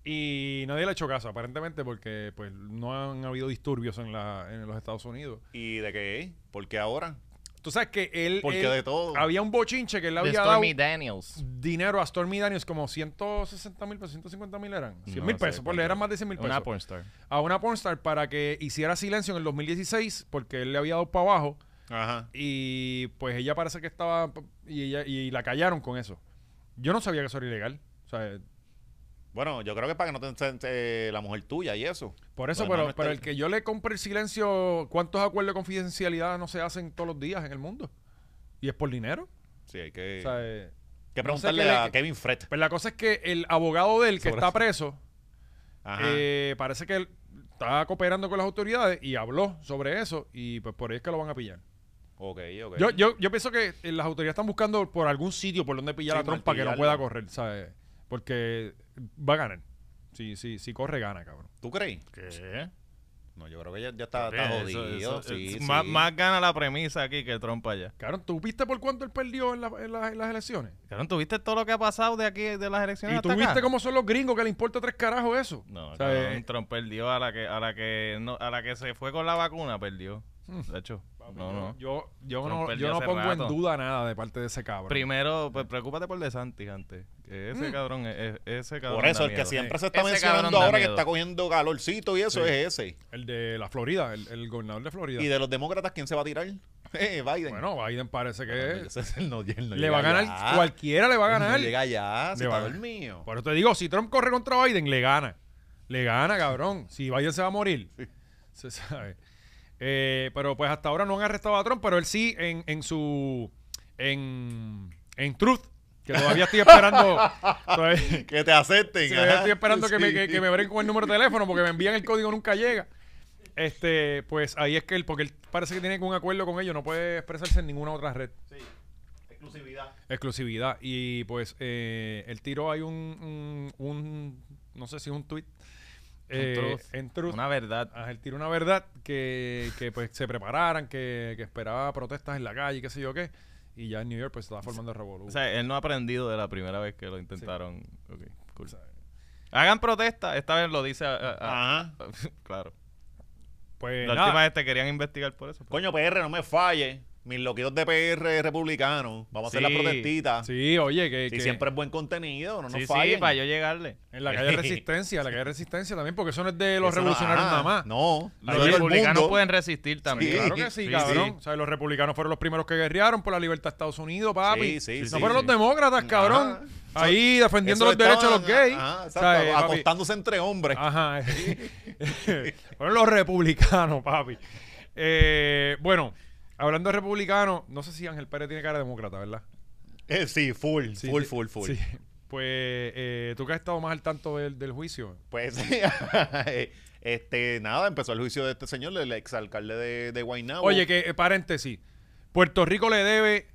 B: Y nadie le ha hecho caso, aparentemente, porque pues no han habido disturbios en, la, en los Estados Unidos.
C: ¿Y de qué? ¿Por qué ahora?
B: Tú sabes que él,
C: Porque
B: él-
C: de todo.
B: había un bochinche que él le
D: De
B: había dado
D: Stormy Daniels.
B: dinero a Stormy Daniels, como 160 mil pesos, 150 mil eran. 100 mil
D: No
B: pesos,
D: sé,
B: pues le
D: cuánto.
B: eran más de 100 mil pesos.
D: Una pornstar.
B: a una pornstar para que hiciera silencio en el 2016, porque él le había dado para abajo.
C: Ajá.
B: Y pues ella parece que estaba. Y, ella, y la callaron con eso. Yo no sabía que eso era ilegal. O sea,
C: Bueno, yo creo que es para que no te encense la mujer tuya y eso.
B: por eso, pero,
C: Bueno, Pues, no me
B: pero el
C: está-
B: que yo le compre el silencio, ¿cuántos acuerdos de confidencialidad no se hacen todos los días en el mundo? Y es por dinero.
C: Sí, hay que,
B: O sea, eh,
C: que
B: no sé
C: preguntarle
B: qué le-
C: a Kevin Fred.
B: pues la cosa es que el abogado de él, que
C: Sobre
B: está
C: eso.
B: preso,
C: Ajá.
B: eh, parece que él está cooperando con las autoridades y habló sobre eso. Y pues por ahí es que lo van a pillar.
C: ok, ok.
B: Yo, yo, yo pienso que eh, las autoridades están buscando por algún sitio por donde pillar
C: Sí,
B: la trompa que no
C: martillarlo.
B: pueda correr, ¿sabes? Porque va a ganar. Si, si, si corre, gana, cabrón.
C: ¿Tú crees?
D: ¿Qué?
C: No, yo creo que ya, ya está, está jodido. sí, sí.
D: Más, más gana la premisa aquí que el Trump allá.
B: Cabrón, ¿tú viste por cuánto él perdió en, la- en la- en las elecciones?
D: Cabrón, ¿tú viste todo lo que ha pasado de aquí, de las elecciones
B: ¿Y tú
D: hasta acá?
B: viste cómo son los gringos que le importa tres carajos eso?
D: No,
B: O sea,
D: cabrón,
B: eh,
D: Trump perdió a la que a la que no, a la que se fue con la vacuna perdió.
B: Hmm.
D: De hecho, no, no.
B: Yo, yo
D: Trump
B: no,
D: perdió
B: yo no
D: hace
B: pongo
D: rato.
B: en duda nada de parte de ese cabrón.
D: Primero, pues preocúpate por DeSantis antes. Que ese
B: Hmm.
D: cabrón es- es- ese cabrón.
C: Por eso,
D: da
C: el que
D: miedo.
C: siempre se está
D: Ese cabrón
C: mencionando
D: da
C: ahora que
D: miedo.
C: está cogiendo calorcito y eso es ese.
B: el de la Florida, el, el gobernador de Florida.
C: ¿Y de los demócratas quién se va a tirar? [laughs] Eh, Biden.
B: bueno, Biden parece que
C: Ese es el no- [laughs] él no
B: le
C: llega
B: va a ganar,
C: allá.
B: cualquiera le va a
C: Él
B: ganar.
C: No llega allá,
B: Le
C: se
B: va
C: está
B: a ganar.
C: dormido.
B: Por eso te digo, si Trump corre contra Biden, le gana. Le gana, cabrón. Si Biden se va a morir. Se sabe. Eh, pero pues hasta ahora no han arrestado a Trump, pero él sí en, en su... En, en Truth, que todavía estoy
D: [laughs]
B: esperando... todavía-
C: [laughs] Que te acepten.
B: Sí,
C: ajá.
B: estoy esperando que, me,
C: Sí.
B: que, que me brinquen con el número de teléfono porque me envían el código nunca llega. Este, pues ahí es que él, porque él parece que tiene un acuerdo con ellos, no puede expresarse en ninguna otra red.
C: Exclusividad.
B: Exclusividad. Y pues eh, el tiro hay un, un, un- no sé si un tweet eh,
D: truth.
B: en Truth.
D: Una verdad.
B: Ah, el tiro una verdad que, que, pues se prepararan, que, que esperaba protestas en la calle, qué sé yo qué. Y ya en New York pues estaba formando el revolú.
D: O sea, él no ha aprendido de la primera vez que lo intentaron. Ok, cool.
B: eh.
D: Hagan protesta, esta vez lo dice a- a- a-
C: Ajá.
D: [laughs] claro.
B: pues
D: la
B: nada.
D: última vez te querían investigar por eso. pues. pero-
C: Coño, PR, no me falle. Mis loquitos de PR republicanos. Vamos a hacer
D: Sí,
C: la protestita. Sí,
B: Sí, oye, que, que
C: siempre es buen contenido, no nos
D: sí, sí,
C: fallen.
D: para yo llegarle.
B: en la calle
C: [laughs]
B: Resistencia, en la calle Resistencia también, porque eso no es de los
C: Eso no-
B: revolucionarios
C: ajá,
B: nada más.
C: No,
D: Los
C: eso es del
D: republicanos
C: mundo.
D: pueden resistir también.
C: Sí.
B: Claro que sí,
C: Sí,
B: cabrón.
C: sí.
B: O sea, los republicanos fueron los primeros que guerrearon por la libertad de Estados Unidos, papi.
C: Sí, sí,
B: no
C: sí,
B: fueron los
C: sí.
B: demócratas, cabrón. Ahí defendiendo
C: Eso
B: los derechos de los
C: estaban,
B: gays.
C: ajá,
B: O
C: exacto,
B: sea, eh, papi, Ah.
C: acostándose entre hombres.
B: Ajá. eh.
C: [laughs]
B: [laughs] fueron los republicanos, papi. Eh, bueno, hablando de republicanos, no sé si Ángel Pérez tiene cara de demócrata, ¿verdad?
C: Eh, sí, full,
B: Sí,
C: full,
B: sí,
C: full, full.
B: sí. Pues eh, tú que has estado más al tanto del, del juicio.
C: Pues, [laughs] este, nada, empezó el juicio de este señor, el exalcalde de, de Guaynabo.
B: Oye, que eh, paréntesis. Puerto Rico le debe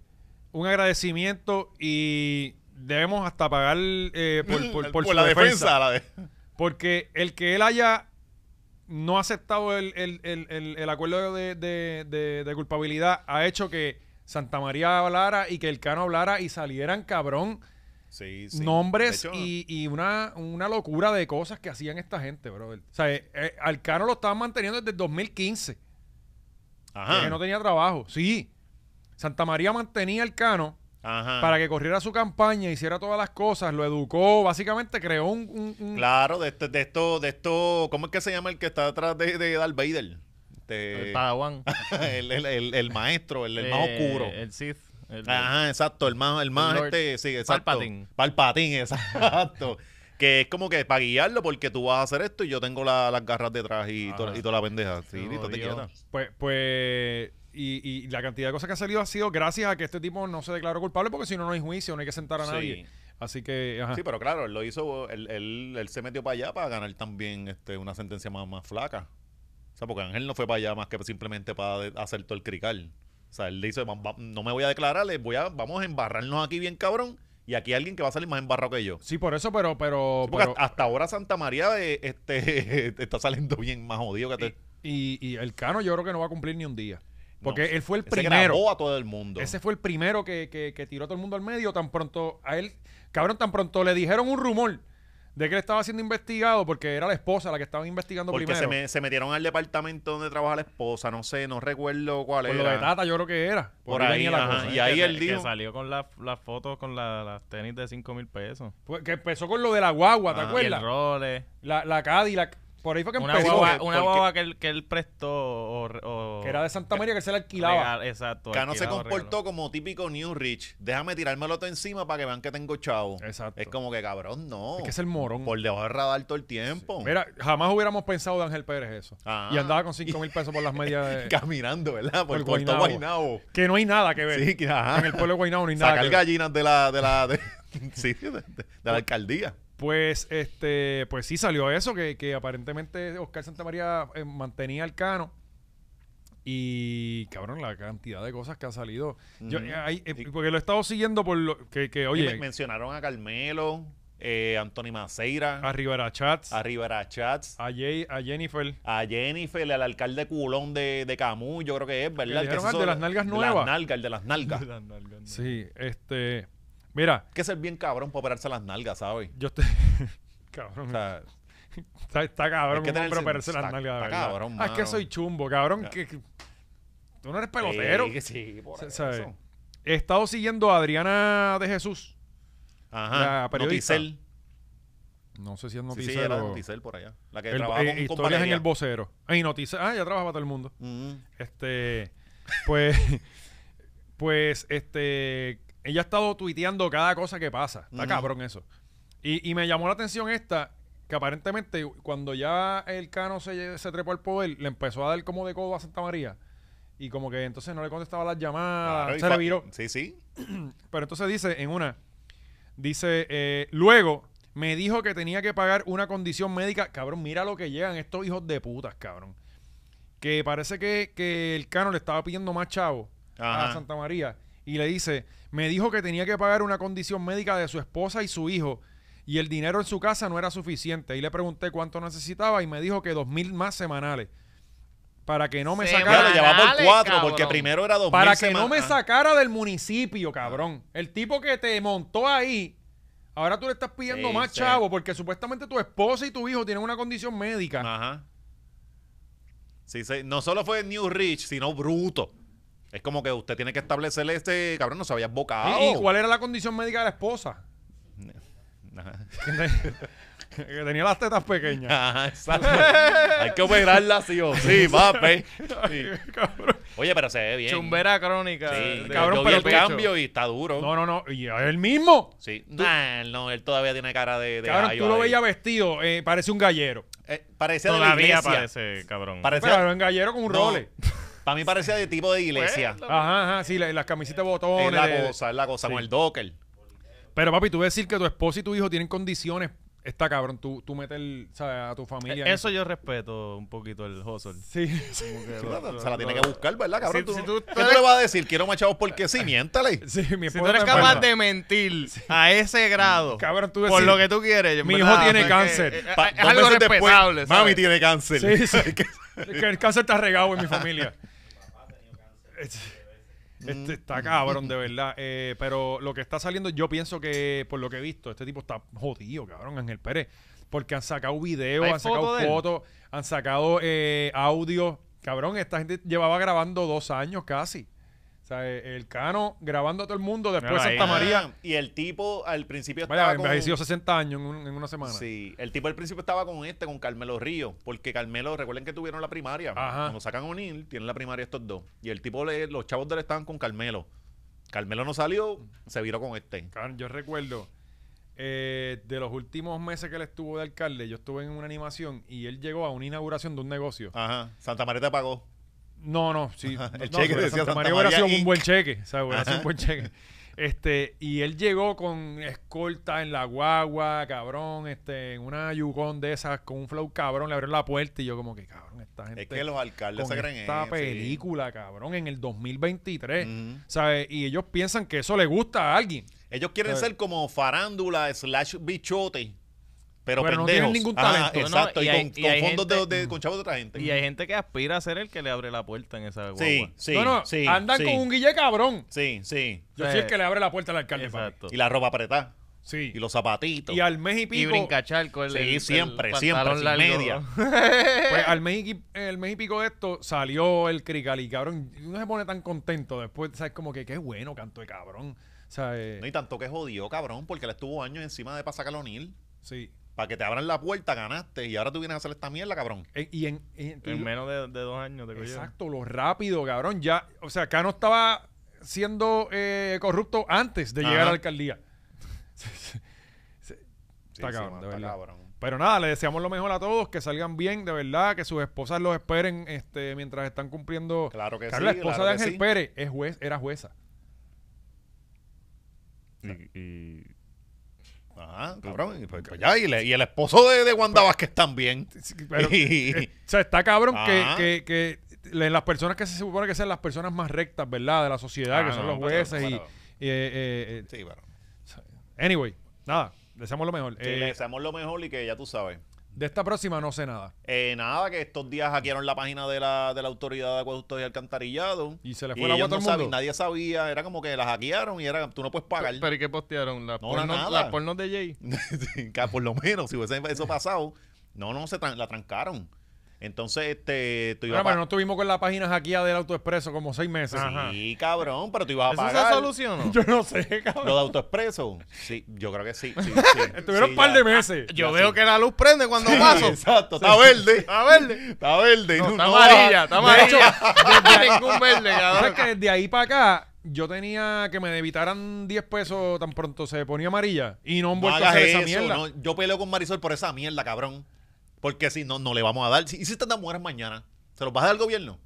B: un agradecimiento y debemos hasta pagar
C: [laughs]
B: eh, por, por- por su
C: la
B: defensa.
C: defensa. la de-
B: Porque el que él haya no ha aceptado el, el- el- el- el acuerdo de, de- de- de culpabilidad, ha hecho que Santa María hablara y que el Cano hablara y salieran, cabrón,
C: Sí, sí.
B: nombres
C: De hecho,
B: y, y una, una locura de cosas que hacían esta gente, brother. O sea, eh, eh, al Cano lo estaban manteniendo desde el 2015, que
C: Ajá.
B: no tenía trabajo. Sí, Santa María mantenía al Cano
C: Ajá.
B: para que corriera su campaña, hiciera todas las cosas, lo educó, básicamente creó un... un- un-
C: Claro, de esto, de esto, de esto, ¿cómo es que se llama el que está atrás de, de Darth Vader? De-
D: El Padawan.
C: [laughs] el, el- el- el maestro, el, el
D: eh,
C: más oscuro.
D: El Sith. el-
C: Ajá, exacto, el más, el más
D: Lord
C: este, sí, exacto.
D: Palpatine.
C: Palpatine, [laughs] exacto. Que es como que para guiarlo, porque tú vas a hacer esto y yo tengo la- las garras detrás y, toda, y toda la pendeja. Sí,
D: Se
C: listo, te
D: jodió.
C: quieta.
B: Pues, pues y, y la cantidad de cosas que ha salido ha sido gracias a que este tipo no se declaró culpable, porque si no, no hay juicio, no hay que sentar a
C: Sí.
B: nadie. Así que, ajá.
C: Sí, pero claro, él lo hizo, él, él, él se metió para allá para ganar también este, una sentencia más, más flaca. O sea, porque Ángel no fue para allá más que simplemente para de- hacer todo el crical. O sea, él dice, "Va- va- no me voy a declarar, les voy a, vamos a embarrarnos aquí bien cabrón y aquí alguien que va a salir más embarrado que yo.
B: Sí, por eso, pero, pero,
C: Sí, porque
B: pero-
C: hasta- hasta ahora Santa María eh, este, [laughs] te está saliendo bien más jodido que te...
B: y, y el Cano yo creo que no va a cumplir ni un día. Porque
C: No,
B: él fue el
C: Se
B: primero.
C: grabó a todo el mundo.
B: Ese fue el primero que, que- que tiró a todo el mundo al medio. Tan pronto a él, cabrón, tan pronto le dijeron un rumor de que él estaba siendo investigado porque era la esposa la que estaban investigando
C: porque
B: primero.
C: se, me- se metieron al departamento donde trabaja la esposa, no sé, no recuerdo cuál
B: Por
C: era.
B: lo de Tata, yo creo que era.
C: Por ahí,
B: venía la
C: ajá,
B: cosa.
C: y ahí
D: que-
C: él dijo-
D: Que salió con la- las fotos con la- las tenis de 5 mil pesos.
B: Fue- Que empezó con lo de la guagua, ¿te
C: Ah, y el
D: Y el
B: acuerdas?
D: role.
B: La, la Cadillac. Por ahí fue que
D: Una
B: empezó.
D: guagua,
C: que-
D: una
C: porque-
D: guagua que, él, que él prestó o... re- o-
B: Que era de Santa María que se la alquilaba.
D: regal- Exacto.
C: Cano se
D: alquilado,
C: comportó como típico New Rich. Déjame tirármelo todo encima para que vean que tengo chavo.
B: Exacto.
C: Es como que cabrón, no.
B: Es que es el morón.
C: Por debajo del radar todo el tiempo.
B: Mira, jamás hubiéramos pensado de Ángel Pérez eso.
C: Ah.
B: Y andaba con 5 mil pesos por las
C: [laughs]
B: medias. de-
C: [laughs] Caminando, ¿verdad? Por,
B: Por
C: por todo
B: Guaynabo.
C: Guaynabo.
B: que no hay nada que ver.
C: Sí, que- ajá.
B: En el pueblo de Guaynabo no hay nada.
C: Sacar
B: que ver.
C: gallinas de la, de la, de, [laughs] sí, de- de- de la alcaldía.
B: Pues, este, pues sí salió eso, que, que aparentemente Oscar Santamaría eh, mantenía al cano. Y cabrón, la cantidad de cosas que ha salido. Yo,
C: Ujú.
B: eh, ahí, eh,
C: Y-
B: porque lo he estado siguiendo por lo que, que,
C: Oye,
B: oye,
C: mencionaron a Carmelo, eh, a Anthony Maceira,
B: a Rivera Chats,
C: a Rivera Chats,
B: a, Jay- a Jennifer.
C: a Jennifer, al alcalde culón de, de Camus, yo creo que es, ¿verdad?
B: Que
C: El que
B: dijeron
C: se
B: al
C: hizo
B: de las nalgas
C: de
B: nuevas.
C: Las nalgas, el de
B: [laughs]
C: las nalgas. [laughs]
D: regalado. Las nalgas, no.
B: Sí, este. Mira,
C: Hay que ser bien cabrón para operarse las nalgas, ¿sabes?
B: yo te. [laughs] cabrón.
C: O sea,
B: Está, está cabrón,
C: Hay que
B: un hombre
C: tener-
B: operarse las
C: está-
B: nalgas, de
C: está
B: verdad.
C: cabrón,
B: Ah, es que
C: mano.
B: soy chumbo, cabrón. Que, que- tú no eres pelotero.
C: Sí, sí, por
B: Se-
C: eso.
B: sabe. He estado siguiendo a Adriana de Jesús.
C: Ajá.
B: La periodista.
C: Noticel.
B: No sé si es
C: Sí,
B: noticero.
C: sí, era Noticel por allá. La que
B: El-
C: trabaja
B: eh,
C: con, con
B: historias en
C: Valeria.
B: el vocero. Ay, noticias. Ah, ya trabaja para todo el mundo.
C: Ujú.
B: Este, pues, [laughs] pues, este, ella ha estado tuiteando cada cosa que pasa. Está
C: Ujú.
B: cabrón eso. Y, y me llamó la atención esta, que aparentemente cuando ya el Cano se, se trepó al poder, le empezó a dar como de codo a Santa María. Y como que entonces no le contestaba las llamadas,
C: Claro, y
B: se le
C: fa-
B: viró.
C: Sí, sí.
B: Pero entonces dice en una, dice, eh, luego me dijo que tenía que pagar una condición médica. Cabrón, mira lo que llegan estos hijos de putas, cabrón. Que parece que, que el cano le estaba pidiendo más chavo a
C: Ajá.
B: Santa María. Y le dice, me dijo que tenía que pagar una condición médica de su esposa y su hijo. Y el dinero en su casa no era suficiente. Y le pregunté cuánto necesitaba y me dijo que dos mil más semanales. Para que no me
D: Semana-
B: sacara...
C: Claro, ya va por
D: Dale,
C: cuatro,
D: cabrón.
C: porque primero era dos
B: Para
C: mil ah.
B: que no
C: semanas.
B: me sacara del municipio, cabrón. El tipo que te montó ahí, ahora tú le estás pidiendo
C: Sí,
B: más
C: sí.
B: chavo porque supuestamente tu esposa y tu hijo tienen una condición médica.
C: Ajá. Sí, sí. No solo fue New Rich, sino bruto. Es como que usted tiene que establecer este, cabrón, no se había
B: ¿Y-
C: bocado.
B: ¿Y, cuál era la condición médica de la
C: [laughs]
B: esposa?
C: Ajá.
B: Que, te- que tenía las tetas pequeñas.
C: [laughs] Ajá, exacto. Hay que operarla sí
B: [laughs]
C: o sí, papi. Sí.
B: Cabrón. eh,
C: Oye, pero se ve bien.
D: Chumbera crónica.
C: Sí,
D: de-
B: cabrón,
C: yo vi
B: pero
C: el
B: tú-
C: cambio y está duro.
B: No, no, no. Y a él mismo.
C: Sí. Nah, no, él todavía tiene cara de. de
B: Cabrón,
C: gallo
B: tú lo
C: ahí.
B: veías vestido, eh, parece un gallero.
C: Eh, parecía de la
D: Todavía
C: iglesia.
D: parece, cabrón.
C: Parecía-
B: Pero era un gallero con un
C: no,
B: role.
C: Para mí parecía de tipo de iglesia.
B: Ajá, ajá, sí, la- las camisitas de botones.
C: es la
B: de-
C: cosa, es la cosa
B: sí.
C: con el docker.
B: Pero papi, tú decir que tu esposa y tu hijo tienen condiciones está cabrón tú, tú meter ¿sabes? a tu familia. en
D: Eh, Eso yo respeto un poquito el hustle.
B: Sí, [laughs] sí,
D: Como que
C: Sí,
D: lo-
C: claro,
D: lo-
C: se la tiene
D: lo-
C: que buscar, ¿verdad, cabrón?
D: Si-
C: ¿Tú,
D: si
C: no-
D: tú-
C: ¿Qué
D: tú
C: tú
D: eres-
C: le vas a decir? Quiero machados porque sí, miéntale.
B: sí, mi
D: Si tú
B: esposa
D: eres
B: está
D: capaz
B: enferma.
D: de mentir a ese grado,
B: Cabrón, tú
D: por
B: decir-
D: lo que tú quieres. en
B: Mi hijo
D: verdad,
B: tiene
D: o sea,
B: cáncer.
D: que, eh,
C: Pa-
D: es
C: dos
D: algo
C: meses después,
D: respetable. ¿sabes?
C: Mami tiene cáncer.
B: Sí,
C: [laughs]
B: sí. [laughs] que el cáncer está regado en mi familia. Este, este está cabrón, de verdad. Eh, pero lo que está saliendo, yo pienso que, por lo que he visto, este tipo está jodido, cabrón, Ángel Pérez. Porque han sacado videos,
D: ¿Hay
B: han
D: foto
B: sacado
D: de él?
B: fotos, han sacado eh, audio. Cabrón, esta gente llevaba grabando dos años casi. O sea, eh, el Cano grabando a todo el mundo, después
D: Mira ahí.
B: Santa María.
C: Y el tipo al principio
B: Vaya,
C: estaba
B: envejeció
C: con...
B: 60 años en, un- en una semana.
C: Sí, el tipo al principio estaba con este, con Carmelo Río, porque Carmelo, recuerden que tuvieron la primaria.
B: Ajá.
C: Cuando sacan a O'Neill, tienen la primaria estos dos. Y el tipo, le- los chavos de él estaban con Carmelo. Carmelo no salió, se viró con este.
B: Cabrón, yo recuerdo eh, de los últimos meses que él estuvo de alcalde, yo estuve en una animación y él llegó a una inauguración de un negocio.
C: Ajá. Santa María te pagó.
B: No, no, sí.
C: [laughs] El
B: no,
C: cheque
B: pero
C: decía Santa
B: María hubiera
C: María
B: sido un
C: Inc.
B: buen cheque, o sea, hubiera sido un buen cheque. Este, y él llegó con escolta en la guagua, cabrón, este, en una yugón de esas, con un flow cabrón, le abrieron la puerta y yo como que, cabrón, esta gente...
C: Es que los alcaldes se
B: con
C: creen en
B: esta
C: sí. Mm.
B: película, eh. cabrón, en el 2023,
C: Ujú.
B: ¿sabes? Y ellos piensan que eso le gusta a alguien.
C: Ellos quieren ser como farándula slash bichote. Pero,
B: Pero no tienen
C: pendejos.
B: ningún
C: Ajá,
B: talento.
C: exacto,
D: No,
C: y,
D: y
C: con,
D: hay- y
C: con
D: hay
C: fondos de-
D: gente-
C: de, con chavos de otra gente.
D: Y hay gente que aspira a ser el que le abre la puerta en esa guagua.
C: sí, sí,
B: no, no,
C: sí,
B: andan
C: sí,
B: con un guille cabrón.
C: Sí, sí.
B: Yo
D: Sí.
B: soy el que le abre la puerta al alcalde.
D: Exacto.
C: Y la ropa apretada.
B: papi. Sí.
C: Eh, Y los zapatitos.
B: Y al mes y pico. eh,
D: Y brincacharco. El,
C: Sí,
D: el- el
C: siempre,
D: pantalón
C: siempre, sin
D: largo.
C: media.
B: pues, al mes y, el mes y pico de esto salió el crical y cabrón. Uno se pone tan contento después, ¿sabes? Como que qué bueno, canto de cabrón. O sea, eh,
C: No, y tanto que jodió, cabrón, porque él estuvo años encima de pasar calonil.
B: sí.
C: Para que te abran la puerta, ganaste. Y ahora tú vienes a hacer esta mierda, cabrón.
B: Eh, y en. y en-
D: En menos de, de dos años te cogió.
B: exacto, lo rápido, cabrón. Ya, o sea, Cano estaba siendo eh, corrupto antes de llegar
C: Ajá.
B: a la alcaldía. [laughs]
C: Sí,
B: Está
C: sí,
B: cabrón,
C: mano,
B: de
C: está
B: verdad.
C: cabrón.
B: Pero nada, le deseamos lo mejor a todos, que salgan bien, de verdad, que sus esposas los esperen este, mientras están cumpliendo.
C: Claro que
B: Claro,
C: sí,
B: la esposa
C: claro
B: de
C: que
B: Ángel
C: sí.
B: Pérez es juez, era jueza.
D: Y, y-
C: Ajá, cabrón. Y, pues, pues ya, y, le- y el esposo de, de Wanda Vázquez también.
B: pues, [laughs] Pero,
C: [laughs] Y-
B: eh, o sea, está cabrón que,
C: Ajá.
B: que, que le- las personas que se supone que sean las personas más rectas, ¿verdad? De la sociedad,
D: Ah,
B: que son
D: no,
B: los
D: pero-
B: jueces y...
C: pero-
B: y, eh, eh,
C: Sí, pero.
B: eh, anyway, nada, deseamos lo mejor.
C: Sí,
B: Eh,
C: le deseamos lo mejor y que ya tú sabes.
B: de esta próxima no sé nada.
C: Eh, nada, que estos días hackearon la página de la, de la autoridad de acueductos y alcantarillado.
B: Y se le fue la agua
C: ellos
B: a todo
C: no
B: el mundo.
C: sabían, nadie sabía, era como que la hackearon y era, tú no puedes pagar.
D: ¿Pero y qué postearon? ¿Las
C: No,
D: pornos,
C: nada.
D: las pornos de Jay?
C: [laughs] Sí, que por lo menos, si hubiese eso pasado, no, no, se tran- la trancaron. Entonces, este, tú ibas
B: Ahora,
C: a
B: pero no estuvimos con la página hackeada del autoexpreso como seis meses.
C: pagar. Sí, cabrón, pero tú ibas a
D: ¿Eso
C: pagar.
D: se
B: [laughs]
D: solucionó?
B: Yo no sé, cabrón.
C: ¿Lo de autoexpreso? Sí, yo creo que sí.
B: [laughs]
C: sí, sí.
B: Estuvieron
C: Sí,
B: un par
C: ya. Ah,
B: de meses.
D: Yo veo [laughs] que la luz prende cuando
C: Sí, [laughs]
D: paso.
C: Exacto, está verde.
D: A verde.
C: Está verde.
D: No,
C: no-
D: está
C: no va.
D: amarilla, está amarilla.
C: [laughs]
D: No hay ningún verde,
B: O sea,
D: cabrón.
B: que desde ahí para acá yo tenía que me debitaran 10 pesos tan pronto se ponía amarilla y no han
C: No
B: vuelto a
C: hagas
B: hacer esa
C: eso,
B: mierda.
C: no. yo peleo con Marisol por esa mierda, cabrón. Porque si no, no le vamos a dar. Si- ¿Y si estas mujeres mañana? ¿Se los vas a dar al gobierno?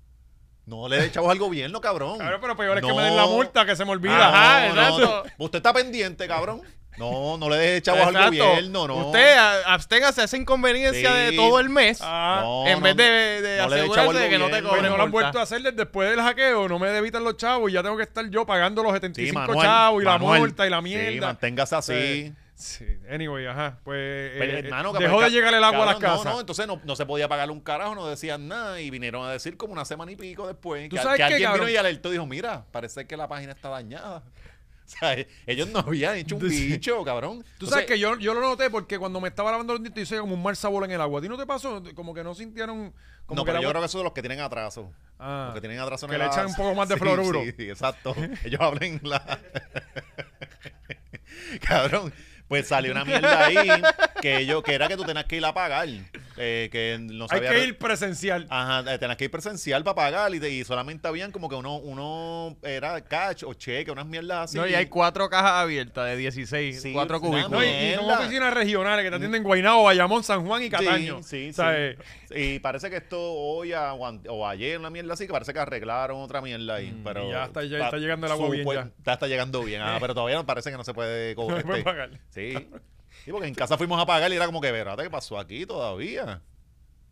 C: No le echamos al gobierno, cabrón.
B: Cabrón, pero peor es que
C: No. Ah,
B: me den la multa Ah, que se me olvida.
D: Ajá,
C: No, no,
D: exacto.
C: no. Usted está pendiente, cabrón. No, no le deje chavos al
D: Exacto.
C: gobierno, no.
D: Usted a- absténgase a esa inconveniencia
C: Sí.
D: de todo el mes.
B: Ah,
C: No,
D: en
C: no,
D: vez de,
C: no
D: de
C: le dé chavo
D: asegurarse
C: al
D: de que no
C: gobierno.
D: te
B: pues
D: cobren
B: no lo han
D: multa.
B: vuelto a hacer desde después del hackeo, no me debitan los chavos y ya tengo que estar yo pagando los 75
C: Sí, Manuel,
B: chavos y la
C: Manuel.
B: multa y la
C: Sí,
B: mierda.
C: manténgase así.
B: Sí. Sí, Anyway, ajá, pues
C: Pero,
B: eh,
C: hermano, pues,
B: dejó
C: ca-
B: de llegar el agua a las
C: cabrón,
B: casas.
C: No, no, entonces no, no se podía pagar un carajo, no decían nada y vinieron a decir como una semana y pico después
B: ¿Tú
C: que,
B: sabes qué,
C: que alguien
B: cabrón?
C: vino y alertó y dijo, mira, parece que la página está dañada. [laughs] O sea, eh, ellos no habían hecho
B: [laughs]
C: un
B: Sí.
C: bicho, cabrón.
B: Tú sabes que yo, yo lo noté porque cuando me estaba lavando los dientes hice como un mal sabor en el agua. ¿A ti no te pasó? Como que no sintieron... Como
C: no,
B: que
C: pero
B: el
C: yo
B: agua-
C: creo que eso es los que tienen atraso.
B: Ah.
C: los que tienen atraso en
B: Que
C: el
B: le echan
C: as-
B: un poco más de
C: [laughs] Sí,
B: fluoruro.
C: Sí, sí, exacto. Ellos hablan la. [laughs] Cabrón. Pues salió una mierda ahí que ellos, que era que tú tenías que ir a pagar. eh, que no
B: Hay
C: sabía.
B: que ir presencial.
C: Ajá, eh, tenías que ir presencial para pagar y, te- y solamente habían como que uno, uno era cash o cheque, unas mierdas así.
D: No, y hay cuatro cajas abiertas de 16,
C: Sí,
D: cuatro cubículos.
B: No, y, y son
C: Mierda.
B: oficinas regionales que te atienden en Guaynabo, Bayamón, San Juan y Cataño.
C: Sí, sí,
B: O sea,
C: sí. [laughs]
B: eh,
C: Y parece que esto hoy aguant- o ayer, una mierda así, que parece que arreglaron otra mierda ahí. pero
B: Mm, y ya está- ya está llegando el agua bien
C: supo-
B: ya. [laughs]
C: está llegando bien, ah, pero todavía no parece que no se puede
B: no
C: cobrar.
B: pueden
C: este.
B: pagar.
C: Sí. Sí, porque en casa fuimos a pagar y era como que, espérate, ¿qué pasó aquí todavía?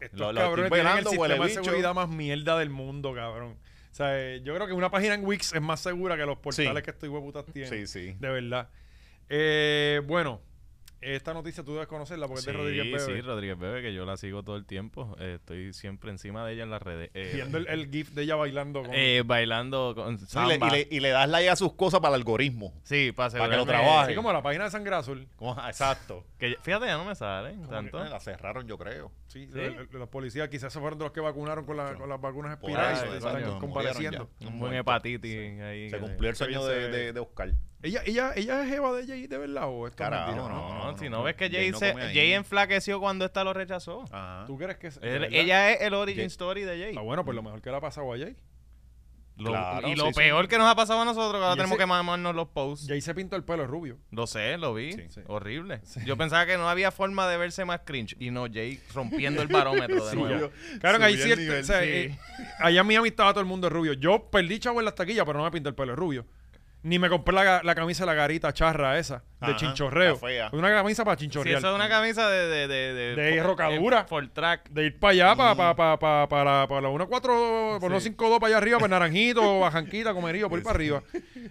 B: Estos
C: Lo- lo
B: cabrones
C: estoy
B: tienen el
C: velando, huele
B: sistema de
C: bicho.
B: seguridad más mierda del mundo, cabrón. O sea, eh, yo creo que una página en Wix es más segura que los portales
C: Sí.
B: que estos hueputas tienen.
C: Sí, sí.
B: De verdad. Eh, bueno, esta noticia tú debes conocerla porque
F: Sí,
B: es de Rodríguez
F: sí,
B: Bebe.
F: Rodríguez Bebe, que yo la sigo todo el tiempo. Eh, estoy siempre encima de ella en las redes. Eh,
B: Viendo el, el gif de ella bailando con...
F: eh, bailando con
C: No, y, le,
F: samba.
C: y le- y le das like a sus cosas para el algoritmo.
F: Sí, para
C: que lo
F: asegurarme-
C: trabaje.
B: así como la página de Sangre Azul.
C: Como- ah, exacto.
F: Que, fíjate, ya no me salen
B: Como
F: tanto.
C: Eh, La cerraron, yo creo.
B: Sí, el- el- los policías quizás se fueron de los que vacunaron con, la- con las vacunas
C: Por
B: espirales
C: eso,
B: y
C: exacto,
B: están
C: murieron
B: compareciendo.
C: ya.
F: Un buen
C: Muerto.
F: hepatitis ahí.
C: Se
F: que-
C: cumplió el
B: Qué bien
C: sueño
B: se
C: de,
B: ve.
C: de, de Oscar.
B: Ella, ella, ella es Eva de Jay de verdad o esto es
C: Carajo,
B: mentira?
C: no.
F: No, si no, ves que
C: Jay
F: Jay,
C: no
F: se-
C: come ahí.
F: Jay enflaqueció cuando esta lo rechazó.
C: Ajá.
B: ¿Tú crees que es, de
F: Él-
B: verdad?
F: ella es el origin
C: Jay- Oh,
F: story de Jay.
B: Ah, bueno, pues lo mejor que le ha pasado a Jay.
F: Lo-
C: Claro,
F: y lo
C: sí, sí.
F: peor que nos ha pasado a nosotros, que ahora
B: Y
F: tenemos
B: ese-
F: que mamarnos los posts.
B: Jay se pintó el pelo rubio.
F: Lo sé, lo vi.
C: Sí.
B: Sí.
F: Horrible. Yo pensaba que no había forma de verse más cringe. Y no, Jay
B: [laughs]
F: rompiendo el barómetro de nuevo.
B: Claro, ahí
C: Subió
B: cierto.
C: el nivel,
B: o sea,
C: sí.
B: eh, allá en Miami estaba todo el mundo rubio. Yo perdí chavo en las taquillas, pero no me pinté el pelo rubio. Ni me compré la, la camisa de la garita charra esa, de
C: Ajá,
B: chinchorreo.
C: la fea.
B: Una camisa para
F: Sí,
B: chinchorrear.
F: eso es una camisa de... De, de,
B: De rocadura.
F: For track.
B: De ir para allá, para pa, pa, pa, pa la, pa la 1-4, por
F: Sí.
B: 1-5-2 para allá arriba, para Naranjito, Bajanquita, Comerío, por ir para arriba.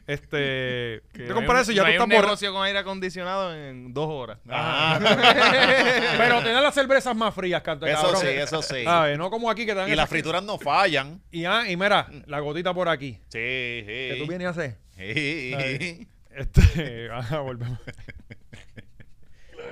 B: Este. Te
F: No
B: compras
F: hay
B: eso
F: un-
B: y ya
F: no
B: tú
F: hay
B: estás
F: un
B: borracho.
F: negocio con aire acondicionado en dos horas.
C: Ajá.
B: [laughs] Pero te dan las cervezas más frías, canta,
C: eso
B: cabrón.
C: sí, eso sí.
B: ¿Sabes? No como aquí que te dan.
C: Y las
B: esas-
C: frituras no fallan.
B: Y, ah, y mira, la gotita por aquí.
C: Sí,
B: Que tú
C: sí.
B: vienes a hacer.
C: Sí.
B: Este. [laughs] Ajá, volvemos.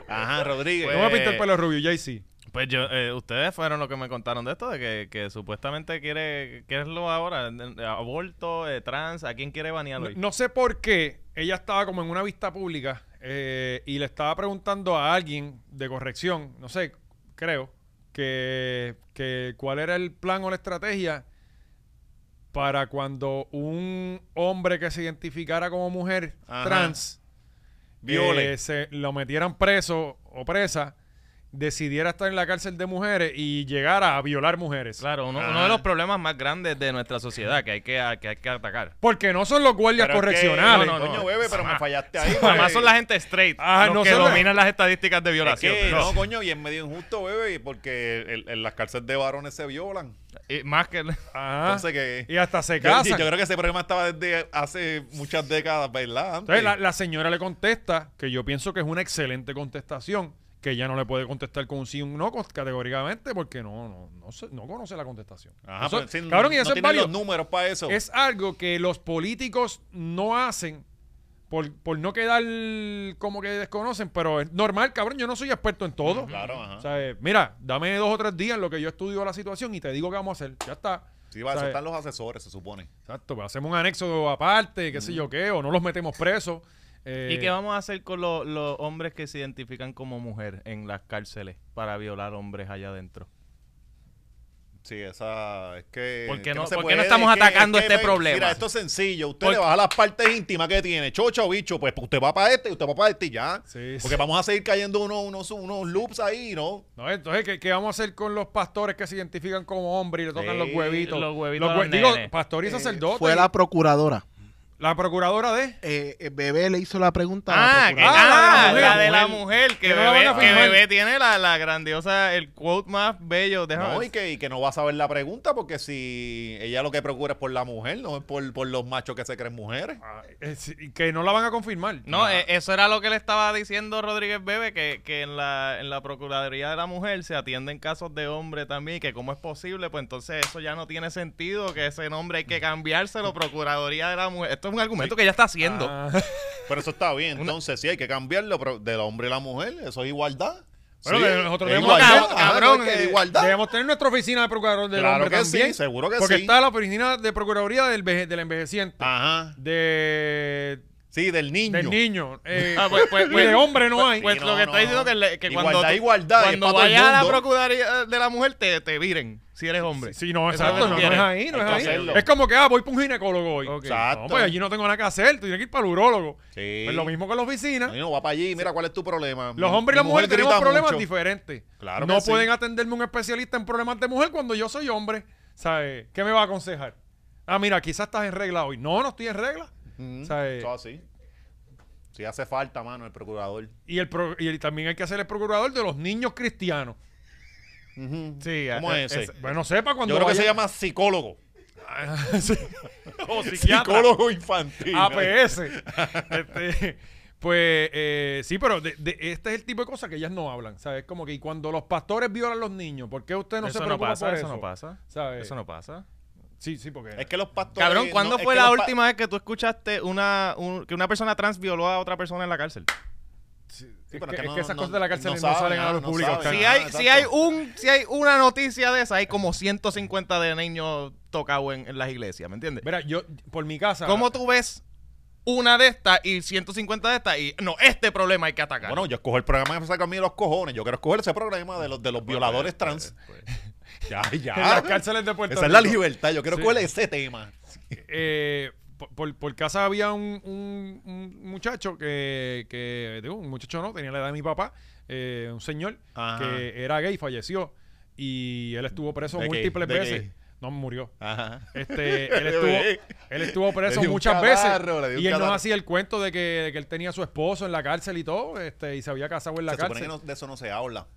C: Ajá, Rodríguez.
B: No me pinté el pelo rubio, Jay sí.
F: Pues yo, eh, ustedes fueron los que me contaron de esto, de que, que supuestamente quiere, ¿qué es lo ahora? Aborto, eh, trans, ¿a quién quiere banear
B: No,
F: hoy?
B: no sé por qué ella estaba como en una vista pública eh, y le estaba preguntando a alguien de corrección, no sé, creo, que, que cuál era el plan o la estrategia para cuando un hombre que se identificara como mujer
C: Ajá.
B: trans
C: Viole.
B: eh, se lo metieran preso o presa, decidiera estar en la cárcel de mujeres y llegara a violar mujeres.
F: Claro, uno,
C: Ajá.
F: uno de los problemas más grandes de nuestra sociedad que hay que, que, hay que atacar.
B: Porque no son los guardias
C: Pero es que-
B: correccionales.
C: no, no, coño, bebé, pero me fallaste ahí.
F: Además
C: bebé.
F: son la gente straight
B: Ah,
F: los
B: no
F: que
B: son la-
F: dominan las estadísticas de
C: Es
F: violación.
C: que,
F: No.
C: no, coño, y es medio injusto, bebé, y porque el- en las cárceles de varones se violan.
F: Y Eh, más que...
B: Ajá.
C: Entonces que...
B: Ah. Y hasta se
C: Yo,
B: casan.
C: yo creo que ese problema estaba desde hace muchas décadas, ¿verdad? Antes.
B: Entonces la, la señora le contesta, que yo pienso que es una excelente contestación, que ella no le puede contestar con un sí o un no con- categóricamente porque no, no, no, se- no conoce la contestación.
C: Ajá,
B: Eso-
C: pero sí,
B: cabrón, y
C: no
B: eso es
C: tienen
B: válido.
C: los números para eso.
B: Es algo que los políticos no hacen por, por no quedar como que desconocen, pero es normal, cabrón, yo no soy experto en todo.
C: Claro, ajá.
B: O sea, eh, mira, dame dos o tres días en lo que yo estudio la situación y te digo qué vamos a hacer. Ya está.
C: sí, va, eso
B: ¿sabes?
C: están los asesores, se supone.
B: Exacto, pues hacemos un anexo aparte, qué sé yo qué, o no los metemos presos. eh,
F: ¿Y qué vamos a hacer con lo- los hombres que se identifican como mujer en las cárceles para violar hombres allá adentro?
C: Sí, esa es que.
F: ¿Por qué
C: que
F: no-
C: se
F: por qué no
C: puede,
F: estamos
C: es que-
F: atacando
C: es que,
F: este
C: ve,
F: problema?
C: Mira, esto es sencillo. Usted
F: Por-
C: le baja las partes íntimas que tiene, chocha o bicho, pues usted va para este y usted va para este y ya.
B: Sí,
C: Porque
B: sí.
C: vamos a seguir cayendo unos, unos, unos loops ahí, ¿no?
B: No, entonces, ¿qué, qué vamos a hacer con los pastores que se identifican como hombres y le tocan
C: Sí,
B: los huevitos?
F: los huevitos a los
B: digo,
F: nenes.
B: pastor
C: Eh,
B: y sacerdote.
E: Eh, Fue la procuradora.
B: La procuradora de...
E: Eh, eh, Bebé le hizo la pregunta a
F: Ah,
E: la
F: que,
E: procuradora.
F: ah,
B: Ah,
F: la, de la mujer, que,
B: Que no la
F: bebé,
B: van a
F: que
B: firmar.
F: bebé tiene la, la grandiosa, el quote más bello. Déjame
C: No,
F: ver.
C: y que, y que no va a saber la pregunta porque si ella lo que procura es por la mujer, no es por, por los machos que se creen mujeres.
B: Ah, es- y que no la van a confirmar.
F: No, eh, eso era lo que le estaba diciendo Rodríguez Bebe, que, que en, la, en la Procuraduría de la Mujer se atienden casos de hombre también, y que cómo es posible, pues entonces eso ya no tiene sentido, que ese nombre hay que cambiárselo, Procuraduría de la Mujer. Esto es un argumento que ya está haciendo.
B: Ah,
C: Pero eso está bien. Entonces, sí, hay que cambiarlo pero del hombre y la mujer. Eso es igualdad.
B: Bueno,
C: Sí,
B: que nosotros
C: es
B: tenemos-
C: igualdad.
F: Cab-
C: Ajá,
F: cabrón,
C: es que
F: eh,
C: igualdad.
B: debemos tener nuestra oficina de procurador del
C: Claro
B: hombre
C: que sí,
B: también.
C: seguro que
B: porque
C: sí. Ah.
B: está la oficina de procuraduría del, veje- del envejeciente.
C: Ajá.
B: De...
C: Sí, del niño.
B: Del niño. eh,
F: Ah, pues- pues-
B: y
F: pues-
B: de hombre no hay.
F: Pues
C: Sí,
F: lo
C: no,
F: que
C: no.
F: está diciendo que, le- que cuando,
C: Igualdad,
F: tú-
C: igualdad, es
F: cuando
C: pa' todo el
F: vayas a la
C: mundo.
D: eh,
F: Procuraduría de la Mujer te, te viren si eres hombre.
B: Sí, no,
F: Eso
B: exacto,
F: es lo
B: no,
F: que
B: no es
F: quiere.
B: ahí, no
C: Hay
B: es
C: que
B: ahí.
C: hacerlo.
B: Es como que, ah, voy para un ginecólogo hoy.
F: Ok.
C: Exacto.
B: No, pues allí no tengo nada que hacer, tú tienes que ir para el urólogo.
C: Sí.
B: Pues lo mismo que la oficina.
C: No, no, va para allí. Mira, ¿cuál es tu problema?
B: Los
C: Mi-
B: hombres y
C: mi
B: las mujeres
C: mujer
B: tenemos
C: grita
B: problemas
C: mucho.
B: diferentes.
C: Claro
B: no
C: que sí.
B: pueden atenderme un especialista en problemas de mujer cuando yo soy hombre. ¿Sabes? ¿Qué me va a aconsejar? Ah, mira, quizás estás en regla hoy. No, no estoy en regla.
C: Mm,
B: ¿Sabes?
C: Eso así. Si hace falta, mano, el procurador.
B: Y, el pro- y el- también hay que hacer el procurador de los niños cristianos.
D: Sí,
C: ¿Cómo
D: eh,
C: es ese?
B: Bueno, sepa cuando
C: Yo creo que
B: vaya-
C: se llama psicólogo.
B: [laughs]
C: [laughs]
B: Sí.
C: O
B: psiquiatra. Ah, pues,
C: Psicólogo infantil.
B: APS. Este, pues eh, sí, pero de- de- este es el tipo de cosas que ellas no hablan, ¿sabes? Como que y cuando los pastores violan a los niños, ¿por qué usted no
D: eso
B: se
D: no
B: preocupa
D: pasa,
B: por
D: eso,
B: eso?
D: no pasa.
B: ¿Sabes?
D: Eso no pasa.
B: Sí, sí, porque...
C: Es que los pastores.
D: Cabrón, ¿cuándo
C: no, es
D: fue
C: que
D: la
C: los pa-
D: última vez que tú escuchaste una, un- que una persona trans violó a otra persona en la cárcel?
C: Sí,
B: es
C: pero
B: que-
C: es que
B: es
C: no-
B: que esas
C: no-
B: cosas de la cárcel
C: no
B: no,
C: saben,
B: salen a
C: ah,
B: la luz
C: no
B: pública.
C: saben.
B: Oscar.
D: Si
C: Sí,
D: hay,
C: exacto.
D: si hay un, si hay una noticia de esa, hay como 150 de niños tocados en, en las iglesias, ¿me entiendes?
B: Mira, yo, por mi casa...
D: ¿Cómo tú ves una de estas y 150 de estas y no, este problema hay que atacar?
C: Bueno, yo escojo el programa que saca a mí los cojones. Yo quiero escoger ese programa de los, de los
B: Pues,
C: violadores trans. [laughs] Ya, ya.
B: En las cárceles de Puerto
C: Esa es la
B: Rico.
C: libertad. Yo quiero
B: Sí.
C: escoger ese tema.
B: eh, por- por, por casa había un, un- un muchacho que, que digo, un muchacho no, tenía la edad de mi papá, eh, un señor
C: Ajá.
B: que era gay, falleció y él estuvo preso
C: ¿De qué?
B: múltiples
C: ¿De
B: veces.
C: qué?
B: No murió.
C: Ajá.
B: Este,
C: [laughs]
B: él,
C: De bebé.
B: estuvo, él estuvo preso
C: Le dio un
B: muchas
C: catarro, le dio
B: veces
C: un
B: y él nos
C: catarro.
B: hacía el cuento de que, de que él tenía a su esposo en la cárcel y todo, este, y se había casado en la
C: Se supone
B: cárcel.
C: que no- de eso no se habla.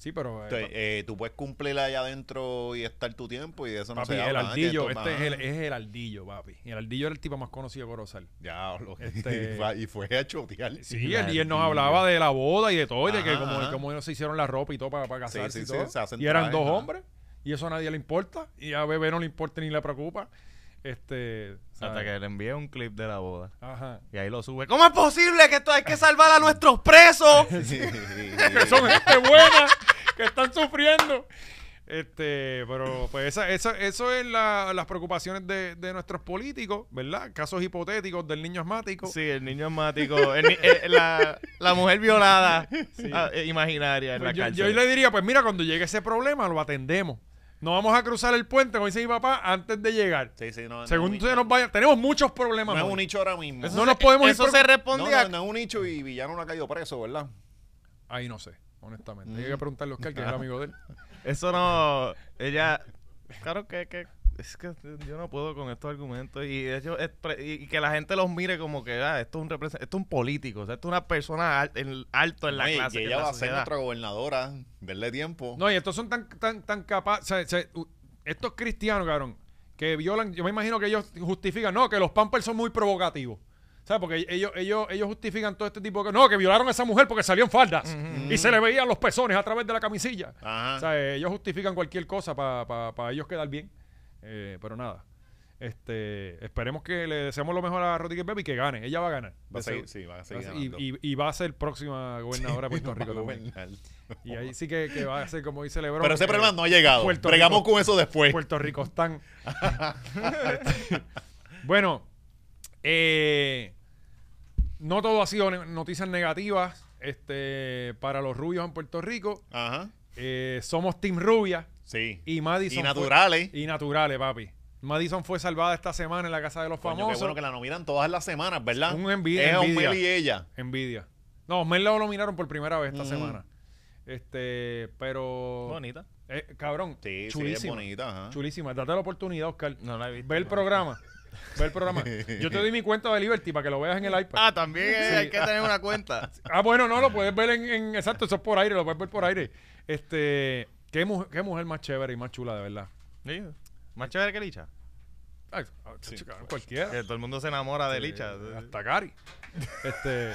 B: Sí, pero eh,
C: Entonces, eh, tú puedes cumplirla allá adentro y estar tu tiempo y de eso no
B: papi,
C: se
B: el
C: habla. ¿eh?
B: ardillo,
C: Que esto-
B: este es el,
C: ajá.
B: es el ardillo, papi. Y el ardillo era el tipo más conocido de Corozal.
C: Diablo. [laughs]
B: Este-
C: Y fue- y fue a chotear. [laughs]
B: Sí, él, y él nos hablaba de la boda y de todo, y de que
C: Ajá,
B: cómo,
C: ajá.
B: cómo ellos se hicieron la ropa y todo para, para
C: Sí,
B: casarse
C: sí,
B: y
C: sí,
B: todo.
C: se hacen
B: y eran
C: trajes,
B: dos
C: ajá.
B: hombres, y eso a nadie le importa, y a Bebé no le importa ni le preocupa. Este,
D: Hasta
B: ¿sabes?
D: que le envíe un clip de la boda.
B: Ajá.
D: Y ahí lo sube. ¿Cómo es posible que esto hay que salvar a nuestros presos?
B: [laughs] Que son gente buena, que están sufriendo. Este, pero pues esa, esa- eso es la- las preocupaciones de, de nuestros políticos, ¿verdad? Casos hipotéticos del niño asmático.
D: [laughs] Sí, el niño asmático, el ni- el- la, la mujer violada ah, eh, imaginaria en
B: Pues
D: la
B: yo, yo
D: cárcel.
B: le diría, pues mira, cuando llegue ese problema lo atendemos. No vamos a cruzar el puente, como dice mi papá, antes de llegar.
C: Sí, sí, no, no es
B: Según
C: un
B: usted
C: nicho.
B: nos vaya, tenemos muchos problemas.
C: No es un
B: hoy.
C: nicho ahora mismo.
B: no nos podemos ir
D: Eso
B: por-
D: se
C: No, no,
D: respondía.
C: no es un nicho y Villano no ha caído preso, ¿verdad?
B: Ahí no sé, honestamente. Hay que preguntarle a Oscar, que es el amigo de él.
D: Eso no. Ella. Claro que, que- Es que yo no puedo con estos argumentos. Y, ellos expre- y- y que la gente los mire como que. ah, esto es un represent- esto es un político. o sea, esto es una persona al- en- alto en la
C: Oye,
D: clase.
C: y
D: en
C: ella
D: la
C: va a ser
D: sociedad.
C: nuestra gobernadora. Denle tiempo.
B: No, y estos son tan, tan, tan capaces. o sea, u- estos cristianos, cabrón, que violan, yo me imagino que ellos justifican, no, que los pampers son muy provocativos. ¿Sabes? Porque ellos, ellos, ellos justifican todo este tipo de cosas. No, que violaron a esa mujer porque salió en faldas y se le veían los pezones a través de la camisilla.
C: Ajá.
B: O sea, eh, ellos justifican cualquier cosa para ellos quedar bien. Eh, pero nada. Este, esperemos que le deseemos lo mejor a Rodríguez Bebe y que gane. Ella va a ganar.
C: Va a
B: De seguro.
C: seguir- sí, va a seguir
B: Va a-
C: ganando.
B: Y, y- y va a ser próxima gobernadora de
C: [laughs]
B: Puerto Rico también.
C: Gobernar.
B: Y ahí sí que, que va a ser como dice Lebron.
C: Pero ese
B: que
C: problema no ha llegado.
B: Puerto
C: Pregamos
B: Rico.
C: con eso después.
B: Puerto Rico
C: [laughs]
B: están. [laughs] bueno, eh, no todo ha sido ne- noticias negativas este, para los rubios en Puerto Rico.
C: Ajá.
B: Eh, somos Team Rubia
C: Sí.
B: y Madison.
C: Y
B: fue-
C: naturales.
B: y naturales, papi. Madison fue salvada esta semana en la casa de los
C: Coño, qué
B: famosos.
C: bueno que la nominan todas las semanas, ¿verdad?
B: Un envidia,
C: Es a
B: envidia.
C: Omel y ella.
B: Envidia. No, Osmer lo nominaron por primera vez esta
C: Ujú.
B: semana. Este, pero.
D: Bonita.
B: Eh, cabrón,
C: Sí, sí, es
B: chulísima.
C: bonita. Ajá.
B: Chulísima. Date la oportunidad, Oscar.
D: No la he visto.
B: Ve el
D: no.
B: programa. Ve el
C: [laughs]
B: programa. Yo te doy mi cuenta de Liberty para que lo veas en el iPad.
D: Ah, también eh, hay que tener una
C: [laughs]
D: cuenta.
B: Ah, bueno, no, lo puedes ver en, en- Exacto, eso es por aire, lo puedes ver por aire. Este. Qué, mu- qué mujer más chévere y más chula, de verdad.
D: Sí, Más chévere que Licha.
B: Ay, ah, chacho, cabrón, cualquiera.
D: Que todo el mundo se enamora de
B: Eh,
D: Licha.
B: Hasta Cari. Este.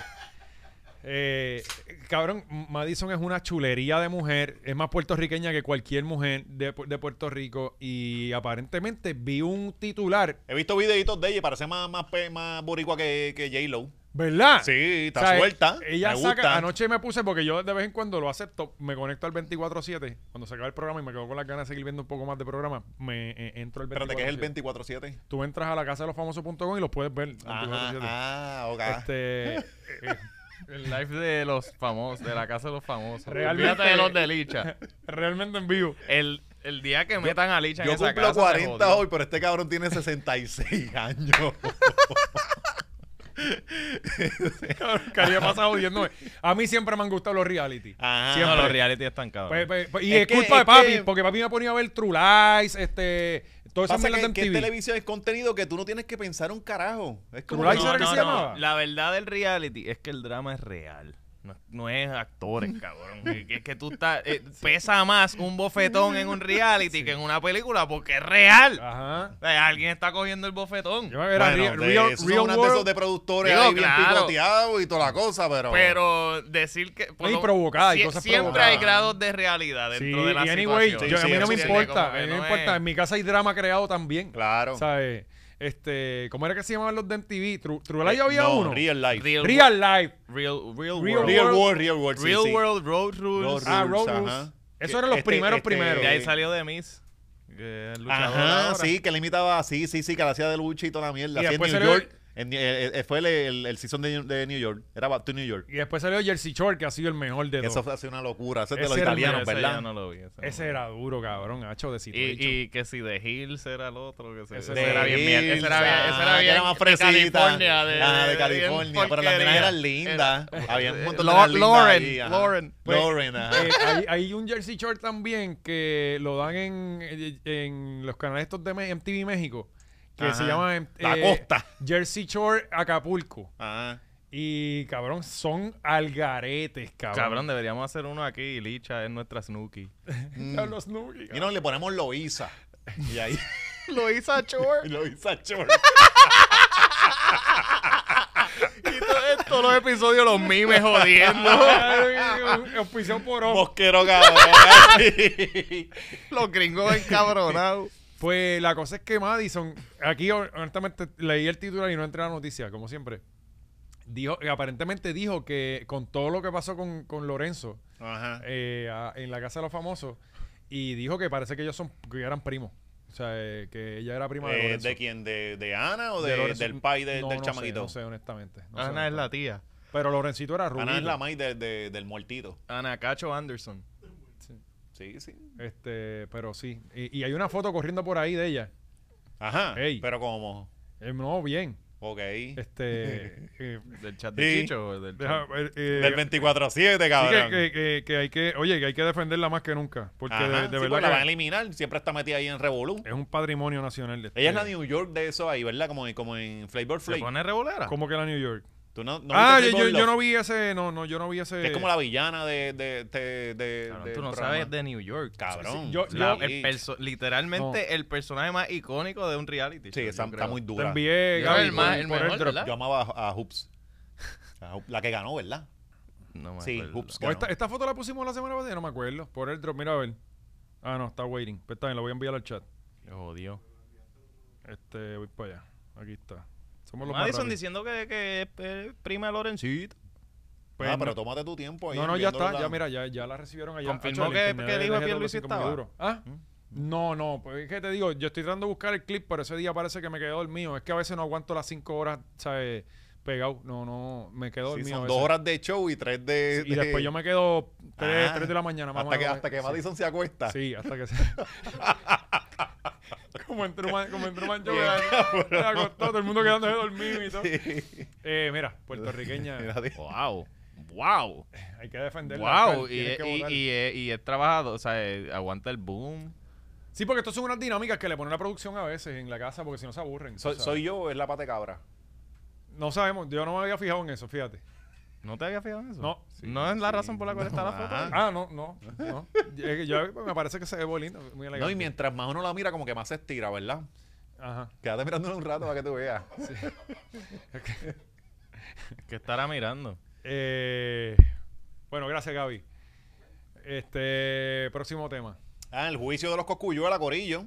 B: eh, cabrón, Madison es una chulería de mujer. Es más puertorriqueña que cualquier mujer de, pu- de Puerto Rico. Y aparentemente vi un titular,
C: He visto videitos de ella y parece más, más, pe- más boricua que, que J-Lo.
B: ¿verdad?
C: Sí, está
B: Ah. O sea,
C: suelta.
B: Ella
C: me
B: saca.
C: gusta.
B: Anoche me puse, porque yo de vez en cuando lo acepto, me conecto al 24-7. Cuando se acaba el programa y me quedo con las ganas de seguir viendo un poco más de programa, me eh, entro al 24-7.
C: Espérate, que es el 24-7.
B: Tú entras a la casa de los famosos.com y los puedes ver. 24/7.
C: Ajá, ah, ok. [laughs]
B: Este. eh, eh,
D: El live de los famosos, de la casa de los famosos.
B: Realmente-
D: Olvídate de los de Licha.
B: realmente en vivo. [laughs]
D: El, el día que metan a Licha en
C: Yo
D: esa
C: cumplo
D: casa, se
C: 40
D: jodió.
C: hoy, pero este cabrón tiene 66
B: [laughs]
C: años.
B: Caría pasado jodiéndome. A mí siempre me han gustado los reality.
D: Ah,
C: Ajá.
D: Siempre. los reality están cabros.
B: Pues, pues, pues, y
C: Es
B: es,
C: que-
B: culpa de
C: es
B: papi,
C: que-
B: porque papi me ponía a ver True Lies, este, Todo eso
C: Pasa
B: es
C: que,
B: en
C: que en
B: TV.
C: televisión es contenido que tú no tienes que pensar un carajo. Es como
B: True
C: que-
B: Lies era que se llamaba?
D: La verdad del reality es que el drama es real. No, no es actores, cabrón. Es que- es que tú estás. eh, pesa más un bofetón en un reality que en una película porque es real.
B: Ajá.
D: O sea, alguien está cogiendo el bofetón.
B: Yo me era
C: Bueno,
B: Real,
C: de-
B: Real-
C: esos son
B: Real
C: unas de esos
B: World.
C: de productores
D: Digo,
C: ahí bien
D: claro.
C: picoteados y toda la cosa, pero...
D: Pero decir que. por
B: No, y
D: lo-
B: provocada, y cosas
D: Siempre
B: provocadas.
D: hay grados de realidad dentro
B: Sí,
D: de la
B: y anyway,
D: situación.
B: yo- a mí
C: Sí,
B: no me
C: sí, sí,
B: importa.
D: como que
B: a mí no
D: no
B: me importa.
D: es-
B: En mi casa hay drama creado también.
C: Claro.
B: ¿Sabes? Este, ¿Cómo era que se llamaban los de MTV? True, True Life
C: Eh,
B: había
C: no,
B: uno.
C: Real Life. Real,
D: Real,
B: Real Life.
D: Real, real,
B: Real world,
D: world.
C: World, Real World, sí,
D: Real
C: sí.
D: world, road rules.
C: Road
B: Ah,
C: Rules,
B: Road
C: ajá.
B: Rules. Eso eran los
C: Este-
B: primeros
C: este-
B: primeros.
D: De ahí salió de Miss. Que es luchadora
C: Ajá,
D: ahora.
C: sí, que le imitaba sí, sí, sí, que la hacía de lucha y toda la mierda.
B: Y
C: Así en
B: después
C: New
B: se le-
C: York. en- eh, eh, fue el, el, el season de, de New York. Era Back to New York.
B: Y después salió Jersey Shore, que ha sido el mejor de
C: Eso
B: todos.
C: fue así una locura. Ese es de
B: Ese
C: los
B: era el
C: italianos,
D: Ese
C: ¿verdad?
D: yo no lo vi, ese no
B: Ese
D: lo vi.
B: era duro, cabrón. Hacho de sitio.
D: Y, y que si de Hills era el otro, que si
B: Ese
D: ese,
B: de
D: era bien mierda. Ese era bien,
C: Hills, ah,
D: ese era
C: que
D: bien
C: era más
D: de
C: fresita.
D: California. De,
C: Ah, de
D: bien
C: California. Pero las
D: porquería.
C: nenas eran lindas. Había un montón de
D: Lo-
C: nenas lindas
D: Lauren,
C: ahí, ajá.
D: Lauren. pues.
C: Lauren, ajá.
B: Eh, hay, hay un Jersey Shore también que lo dan en, en los canales estos de Me- MTV México que
C: Ajá.
B: se llama em-
C: La Costa.
B: Jersey Shore Acapulco.
C: Ajá.
B: Y cabrón, son algaretes, cabrón.
D: Cabrón, deberíamos hacer uno aquí y Licha es nuestra Snooki.
B: Ya los Snooki,
C: Y
B: cabrón.
C: nos le ponemos Loisa. Y ahí. [laughs]
D: Lo hizo a Chor.
C: Loisa
D: [laughs]
C: Short.
D: Y todo- todos los episodios los
B: [laughs]
D: mimes jodiendo.
B: Ay, [laughs] auspiciado
C: [laughs]
B: por Ojo.
C: Mosquero cabrón.
D: los gringos encabronados.
B: Pues la cosa es que Madison, aquí hon- honestamente leí el titular y no entré a la noticia, como siempre. Dijo, aparentemente dijo que con todo lo que pasó con, con Lorenzo
C: Ajá.
B: eh, a- en la casa de los famosos, y dijo que parece que ellos son, que eran primos. O sea, eh, que ella era prima de
C: Eh,
B: Lorenzo.
C: ¿De quién? ¿De, de Ana o de-
B: De Lorenzo.
C: del pai de-
B: No,
C: del
B: no sé,
C: chamaquito?
B: no sé, honestamente. no sé,
D: [laughs] Ana es la
B: honestamente.
D: tía.
B: Pero Lorencito era rubio.
C: Ana es la maíz de- de- del muertito.
D: Ana Cacho Anderson.
C: Sí, sí.
B: Este, pero sí. Y, y hay una foto corriendo por ahí de ella.
C: Ajá.
B: Ey.
C: Pero como.
B: Eh, no, bien.
C: Ok. [laughs]
B: Este. eh,
D: Del chat de
C: Sí.
D: Chicho. o Del
B: deja
D: chat-
B: ver, eh,
C: del 24-7,
B: sí
C: cabrón.
B: que, que- que- que hay que, oye, que hay que defenderla más que nunca. Porque
C: Ajá,
B: de, de
C: sí, porque
B: verdad
C: la van a
B: que
C: eliminar. Siempre está metida ahí en Revolú.
B: es un patrimonio nacional. este.
C: Ella es la New York de eso ahí, ¿verdad? Como, en- como en Flavor
D: ¿Se
C: Flav.
D: pone revolera?
B: ¿Cómo que la New York?
C: ¿Tú no, no
B: pues, ah, yo,
C: viste Flavor
B: yo, yo
C: Love?
B: no vi ese, no, no, yo no vi ese.
C: Que es como la villana de... de, de, de-
D: Cabrón,
C: del
D: tú no
C: programa.
D: sabes de New York.
C: Cabrón.
B: Sí, yo-
C: sí,
D: La-
B: yo-
D: el perso- literalmente
B: No.
D: el personaje más icónico de un reality.
C: sí,
D: show,
C: esa-
D: yo
C: está
D: creo.
C: muy
B: Te
C: dura.
B: envié,
D: Yo
B: Gaby,
D: era el más-
B: por-
D: el
B: por
D: mejor,
B: drop.
D: ¿verdad?
C: Yo amaba a, a Hoops. A Hoop- la que ganó, ¿verdad?
D: No me
C: Sí,
D: acuerdo.
C: Hoops.
B: O Pues esta, esta foto la pusimos la semana pasada, no me acuerdo. Por el drop, mira a ver. Ah, no, está waiting. Pues está bien, la voy a enviar al chat.
D: Oh, Dios.
B: Este, voy para allá. Aquí está. Somos los más
D: Madison
B: rápidos.
D: diciendo que, que es eh, prima de Lorencito.
B: Pues
C: ah, pero
B: no-
C: tómate tu tiempo ahí.
B: No, no, ya
C: viéndolo
B: está,
C: la-
B: ya mira, ya, ya la recibieron allá.
D: Confirmó
B: Acho, el
D: que-
B: internet
D: que el hijo de
B: de
D: Pierluisi
B: Luisito
D: estaba.
B: ¿Ah? No, no, pues es que te digo, yo estoy tratando de buscar el clip, pero ese día parece que me quedé dormido. Es que a veces no aguanto las cinco horas, ¿sabes? Pegado. No, no, me quedo
C: Sí,
B: dormido. a
C: son
B: veces.
C: dos horas de show y tres de...
B: Y después yo me quedo tres,
C: Ah,
B: tres de la mañana. mamá,
C: Hasta que,
B: no me-
C: hasta que
B: sí.
C: Madison se acuesta.
B: Sí, hasta que se... como entró man, como entró mancho,
C: Bien,
B: que se acostó, todo el mundo quedándose dormido y todo.
C: Sí.
B: Eh, mira, puertorriqueña,
C: Mira, di-
D: Wow. Wow.
B: hay que defenderla.
D: Wow.
B: Oscar,
D: Y,
B: tienes que
D: y,
B: votar.
D: y, es- y es trabajado, o sea, eh, aguanta el boom.
B: Sí, porque estas son unas dinámicas que le pone la producción a veces en la casa porque si no se aburren.
C: soy,
B: tú sabes.
C: soy yo o es la pata de cabra?
B: No sabemos, yo no me había fijado en eso, fíjate.
D: ¿No te había fijado en eso?
B: No.
D: no es la razón por la cual está la foto.
C: Ah.
D: ahí.
B: Ah, no, no, no. Es que yo- me parece que se ve bonito, muy elegante.
C: No, y mientras más uno la mira, como que más se estira, ¿verdad?
B: Ajá.
C: Quédate mirándola un rato para que tú veas.
D: Que estará mirando.
B: Eh, bueno, gracias, Gaby. Este, próximo tema.
C: Ah, el juicio de los coscuyuelas, Corillo.